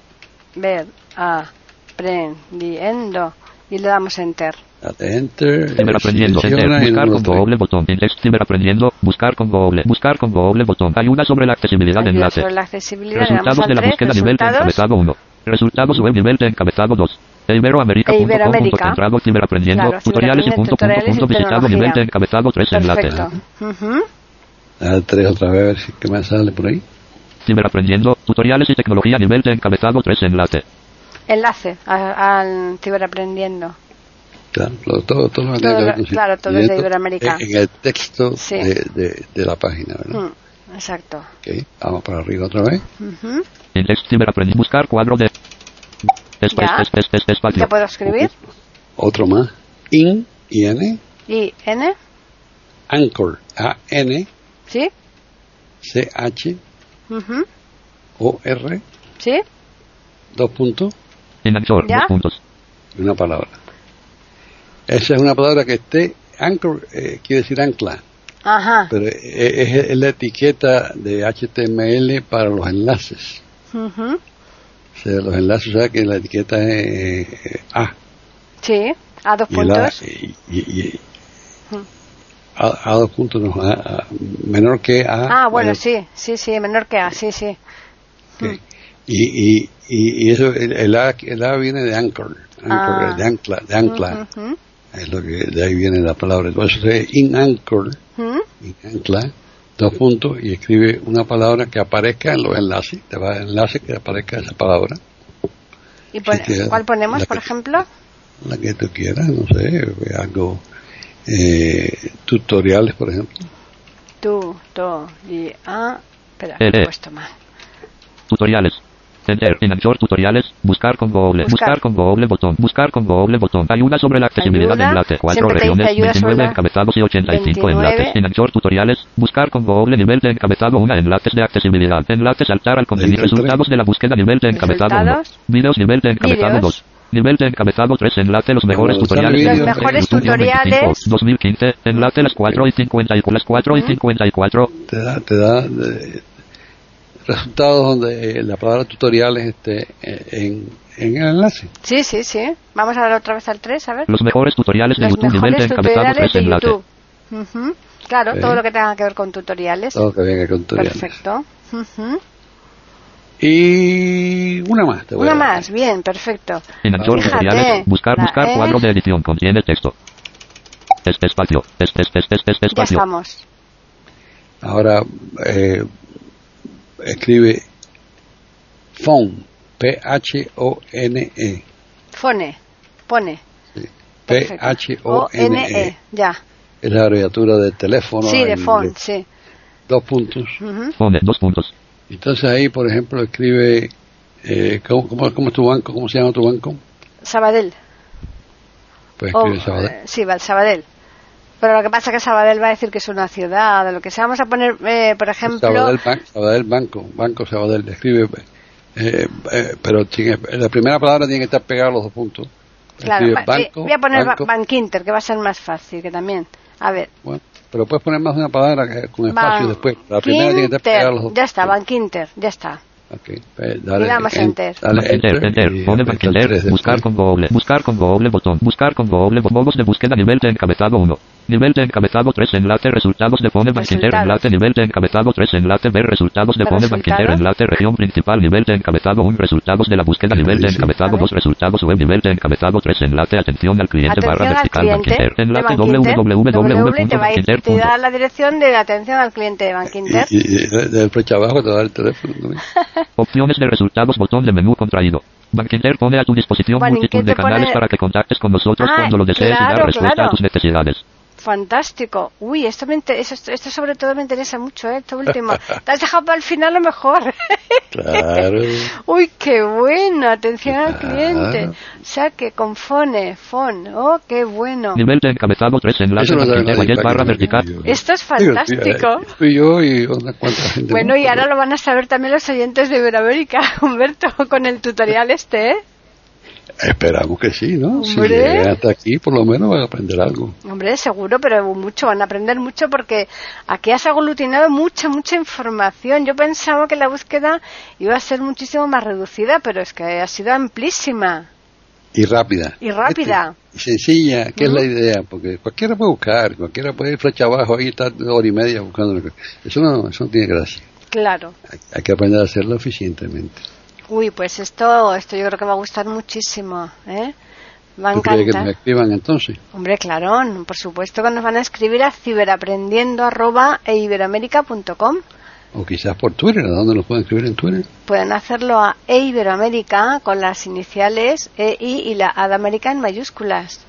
Speaker 1: ver, aprendiendo. Y le damos enter.
Speaker 2: Date enter.
Speaker 3: Ciberaprendiendo,
Speaker 2: selecciona
Speaker 3: enter,
Speaker 2: y
Speaker 3: buscar
Speaker 2: número
Speaker 3: con
Speaker 2: tres.
Speaker 3: doble botón. En text, ciberaprendiendo, buscar con doble, buscar con doble botón. Ayuda sobre la accesibilidad de
Speaker 1: Ayuda
Speaker 3: enlace.
Speaker 1: sobre la accesibilidad. le damos
Speaker 3: Resultados
Speaker 1: al
Speaker 3: de la
Speaker 1: 3,
Speaker 3: búsqueda nivel de
Speaker 1: resultados.
Speaker 3: encabezado 1. Resultados web nivel de encabezado 2.
Speaker 1: E
Speaker 3: Iberoamerica.com
Speaker 1: Iberoamerica.
Speaker 3: centrado ciberaprendiendo
Speaker 1: Claro,
Speaker 3: tutoriales y
Speaker 1: ciberaprendiendo,
Speaker 3: punto punto
Speaker 1: tutoriales y
Speaker 3: punto visitado
Speaker 1: tecnología.
Speaker 3: nivel de encabezado 3 enlace.
Speaker 1: Perfecto. Ujú.
Speaker 2: Dale Ah, tres otra vez, a ver si, qué más sale por ahí.
Speaker 3: Ciberaprendiendo tutoriales y tecnología nivel de encabezado 3 enlace.
Speaker 1: Enlace a- al ciberaprendiendo.
Speaker 2: Claro, lo- todo, todo lo que
Speaker 1: Todo
Speaker 2: tenga que
Speaker 1: lo-
Speaker 2: ver con
Speaker 1: claro, todo es de Iberoamérica.
Speaker 2: Ciberaprendiendo En, en el texto
Speaker 1: Sí.
Speaker 2: de, de- de la página, ¿verdad?
Speaker 1: Mm, Exacto.
Speaker 2: Ok, vamos para arriba otra vez.
Speaker 1: Ujú.
Speaker 3: En text, ciberaprendiendo buscar cuadro de Espa-
Speaker 1: Ya.
Speaker 3: es- es- es- espacio.
Speaker 1: ¿Ya puedo escribir?
Speaker 2: Otro más. In, IN,
Speaker 1: ¿Y N?
Speaker 2: Anchor, A-N-C-H-O-R,
Speaker 1: ¿Sí? Ujú. ¿Sí?
Speaker 2: dos puntos,
Speaker 3: En Anchor,
Speaker 1: ¿Ya?
Speaker 3: dos puntos.
Speaker 2: y una palabra. Esa es una palabra que esté, Anchor eh, quiere decir ancla,
Speaker 1: Ajá.
Speaker 2: pero eh, es, es la etiqueta de HTML para los enlaces.
Speaker 1: Ujú.
Speaker 2: O sea, los enlaces, o sea, que la etiqueta es eh, A.
Speaker 1: Sí. A dos
Speaker 2: y la
Speaker 1: puntos. Ah.
Speaker 2: y, y- y-
Speaker 1: Ujú.
Speaker 2: a, a dos puntos no, a- a- menor que a
Speaker 1: Ah, bueno,
Speaker 2: mayor
Speaker 1: sí. Mm. Sí, sí, menor que A. Sí, sí.
Speaker 2: que. y, y, y, y eso el, el a, el a viene de anchor, anchor,
Speaker 1: Ah.
Speaker 2: de ancla de ancla
Speaker 1: Ujú.
Speaker 2: es lo que de ahí viene la palabra entonces es in anchor
Speaker 1: Ujú.
Speaker 2: in ancla dos puntos y escribe una palabra que aparezca en los enlaces te va al enlace que aparezca esa palabra
Speaker 1: ¿Y pone-
Speaker 2: Sí, que-
Speaker 1: cuál ponemos,
Speaker 2: la
Speaker 1: por
Speaker 2: que-
Speaker 1: ejemplo?
Speaker 2: la que tú quieras no sé algo eh, tutoriales por ejemplo
Speaker 1: Tú, to, y, ah, espera,
Speaker 3: Eh,
Speaker 1: que lo he
Speaker 3: eh.
Speaker 1: puesto mal.
Speaker 3: Tutoriales. Enter. En Anchor tutoriales. Buscar con Google. Buscar, con Google botón. Buscar con Google botón. Ayuda sobre la accesibilidad
Speaker 1: Ayuda.
Speaker 3: de enlace. 4
Speaker 1: Siempre te dice
Speaker 3: regiones.
Speaker 1: ayuda
Speaker 3: 29
Speaker 1: sola.
Speaker 3: encabezados y 85
Speaker 1: 29.
Speaker 3: enlaces. En Anchor tutoriales. Buscar con Google nivel de encabezado 1. Enlaces de accesibilidad. Enlace saltar al contenido.
Speaker 2: Ahí está el
Speaker 3: Resultados de la búsqueda nivel de encabezado 1.
Speaker 1: Resultados.
Speaker 3: Videos nivel de encabezado
Speaker 1: Videos.
Speaker 3: 2. Nivel de encabezado 3. Enlace los mejores
Speaker 2: Bueno, sale
Speaker 3: tutoriales.
Speaker 2: vídeo.
Speaker 3: de
Speaker 2: Los
Speaker 1: mejores
Speaker 3: YouTube 25,
Speaker 1: tutoriales.
Speaker 3: 2015. Enlace las 4 y 54. Las 4 y 54.
Speaker 2: te da, te da eh, resultados donde eh, la palabra tutoriales esté eh, en, en el enlace.
Speaker 1: Sí, sí, sí. Vamos a dar otra vez al 3, a ver.
Speaker 3: Los mejores tutoriales de
Speaker 1: Los
Speaker 3: YouTube. Nivel de
Speaker 1: mejores
Speaker 3: encabezado
Speaker 1: tutoriales
Speaker 3: 3.
Speaker 1: de
Speaker 3: Enlace.
Speaker 1: YouTube. Ujú. Claro,
Speaker 2: Sí.
Speaker 1: todo lo que tenga que ver con tutoriales.
Speaker 2: Todo que venga con tutoriales.
Speaker 1: Perfecto. Ujú.
Speaker 2: Y una más. Te voy
Speaker 1: Una
Speaker 2: a dar.
Speaker 1: más, bien, perfecto.
Speaker 3: En Anchor
Speaker 2: Fíjate,
Speaker 3: tutoriales. Buscar,
Speaker 1: la
Speaker 3: buscar
Speaker 1: E.
Speaker 3: cuadro de edición. Contiene texto. Este espacio. Este, este, este, este
Speaker 1: Ya
Speaker 3: espacio.
Speaker 1: estamos.
Speaker 2: Ahora eh, escribe phone, P-H-O-N-E.
Speaker 1: Pone, pone.
Speaker 2: sí,
Speaker 1: Perfecto.
Speaker 2: P-H-O-N-E.
Speaker 1: E, Ya.
Speaker 2: E. Es la abreviatura de teléfono.
Speaker 1: Sí, de
Speaker 2: en
Speaker 1: font, sí.
Speaker 2: Dos puntos.
Speaker 1: Ujú.
Speaker 3: Pone dos puntos.
Speaker 2: Entonces ahí, por ejemplo, escribe. Eh, ¿cómo, cómo, cómo es tu banco? ¿Cómo se llama tu banco?
Speaker 1: Sabadell.
Speaker 2: Pues
Speaker 1: O,
Speaker 2: escribe Sabadell.
Speaker 1: eh, sí, Val- Sabadell. Pero lo que pasa es que Sabadell va a decir que es una ciudad o lo que sea. Vamos a poner, eh, por ejemplo,
Speaker 2: Pues Sabadell, Ban- Sabadell Banco, Banco Sabadell, escribe, eh, eh, pero tiene- la primera palabra tiene que estar pegada a los dos puntos.
Speaker 1: claro,
Speaker 2: Escribe
Speaker 1: va- eh, voy a poner
Speaker 2: banco,
Speaker 1: Ba- Bankinter, que va a ser más fácil, que también. A ver,
Speaker 2: bueno, pero puedes poner más de una palabra que- con espacio
Speaker 1: Bankinter.
Speaker 2: después. La primera tiene que estar pegada a los dos
Speaker 1: Ya está,
Speaker 2: puntos.
Speaker 1: Bankinter, ya está.
Speaker 2: Ok, pues dale,
Speaker 1: Le damos
Speaker 2: en-
Speaker 1: enter.
Speaker 2: dale
Speaker 3: Enter, enter,
Speaker 2: y aprieta
Speaker 3: pone
Speaker 2: el
Speaker 3: Bankinder,
Speaker 2: tres después.
Speaker 3: buscar con Google, buscar con Google botón, buscar con Google botón, modos de búsqueda, nivel de encabezado 1, nivel de encabezado 3, enlace, resultados de Pone Bankinder,
Speaker 1: Resultados.
Speaker 3: enlace, nivel de encabezado 3, enlace, ver resultados de Pone Bankinder,
Speaker 1: Resultados.
Speaker 3: enlace, región principal, nivel de encabezado 1, resultados de la búsqueda, nivel de
Speaker 2: dice?
Speaker 3: encabezado
Speaker 1: Vale.
Speaker 3: 2, resultados web, nivel de encabezado 3, enlace, atención al cliente,
Speaker 1: Atención
Speaker 3: barra
Speaker 1: al
Speaker 3: vertical,
Speaker 1: cliente
Speaker 3: Bankinder,
Speaker 1: de
Speaker 3: enlace,
Speaker 1: Bankinter, www, te va a ir-
Speaker 3: www.bankinder.
Speaker 1: te da la dirección de atención al cliente de Bankinter.
Speaker 2: Y, y- y del flecha abajo te va el teléfono.
Speaker 1: *laughs*
Speaker 2: ¿no?
Speaker 3: Opciones de resultados, botón de menú contraído. Bankinter pone a tu disposición
Speaker 1: Bankinter
Speaker 3: multitud de canales
Speaker 1: pone-
Speaker 3: para que contactes con nosotros
Speaker 1: Ah,
Speaker 3: cuando lo desees y
Speaker 1: claro,
Speaker 3: dar respuesta
Speaker 1: claro.
Speaker 3: a tus necesidades.
Speaker 1: Fantástico. Uy, esto, me inter- eso- esto, esto sobre todo me interesa mucho, ¿eh? esto
Speaker 2: *laughs*
Speaker 1: último. Te has dejado para el final lo mejor. *laughs*
Speaker 2: Claro.
Speaker 1: Uy, qué bueno, atención al
Speaker 2: Claro.
Speaker 1: cliente. O sea que con Fone, Fon, oh, qué bueno.
Speaker 3: Nivel de encabezado 3, enlace
Speaker 2: Eso no sabe
Speaker 3: Bankinter,
Speaker 2: nadie,
Speaker 3: Wallet
Speaker 2: para
Speaker 3: barra
Speaker 2: que-
Speaker 3: vertical.
Speaker 1: Esto es
Speaker 2: Digo,
Speaker 1: fantástico.
Speaker 2: tú y eh, yo y otras cuantas gente.
Speaker 1: Bueno,
Speaker 2: más,
Speaker 1: y
Speaker 2: pero-
Speaker 1: ahora lo van a saber también los oyentes de Iberoamérica, *laughs* Humberto, con el tutorial este, ¿eh?
Speaker 2: Esperamos que sí, ¿no? Si
Speaker 1: Hombre.
Speaker 2: llegan hasta aquí, por lo menos van a aprender algo.
Speaker 1: Hombre, seguro, pero mucho, van a aprender mucho porque aquí has aglutinado mucha, mucha información. Yo pensaba que la búsqueda iba a ser muchísimo más reducida, pero es que ha sido amplísima.
Speaker 2: Y rápida.
Speaker 1: Y rápida.
Speaker 2: ¿Viste? Y sencilla, que es la idea, porque cualquiera puede buscar, cualquiera puede ir flecha abajo ahí y estar una hora y media buscando una cosa. Eso no, eso no tiene gracia.
Speaker 1: Claro.
Speaker 2: Hay, hay que aprender a hacerlo eficientemente.
Speaker 1: Uy, pues esto, esto yo creo que va a gustar muchísimo, ¿eh? Va a
Speaker 2: ¿Tú crees que
Speaker 1: encantar.
Speaker 2: me escriban entonces?
Speaker 1: Hombre, claro, por supuesto que nos van a escribir a e ciberaprendiendo@eiberoamerica.com.
Speaker 2: O quizás por Twitter, ¿a dónde lo pueden escribir en Twitter?
Speaker 1: Pueden hacerlo a E Iberoamérica con las iniciales EI y la A de América en mayúsculas.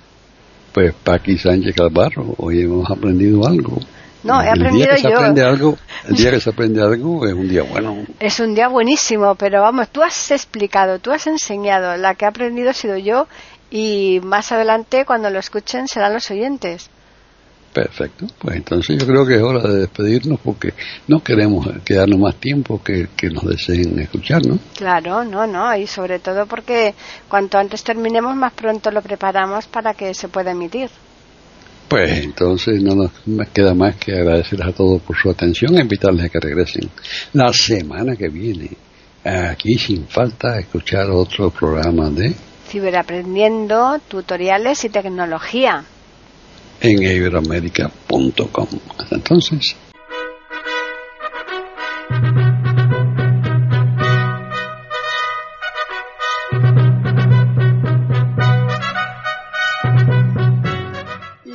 Speaker 2: Pues Paqui Sánchez Calvarro, hoy hemos aprendido algo.
Speaker 1: No, he
Speaker 2: El día
Speaker 1: aprendido
Speaker 2: que se
Speaker 1: yo.
Speaker 2: aprende algo, el
Speaker 1: *laughs*
Speaker 2: día que se aprende algo es un día bueno.
Speaker 1: Es un día buenísimo, pero vamos, tú has explicado, tú has enseñado, la que ha aprendido he sido yo y más adelante cuando lo escuchen serán los oyentes.
Speaker 2: Perfecto, pues entonces yo creo que es hora de despedirnos porque no queremos quedarnos más tiempo que, que nos deseen escuchar, ¿no?
Speaker 1: Claro, no, no, y sobre todo porque cuanto antes terminemos más pronto lo preparamos para que se pueda emitir.
Speaker 2: Pues entonces no nos me queda más que agradecerles a todos por su atención e invitarles a que regresen la semana que viene aquí sin falta a escuchar otro programa de
Speaker 1: Ciberaprendiendo, tutoriales y tecnología.
Speaker 2: en iberoamérica.com. Hasta entonces.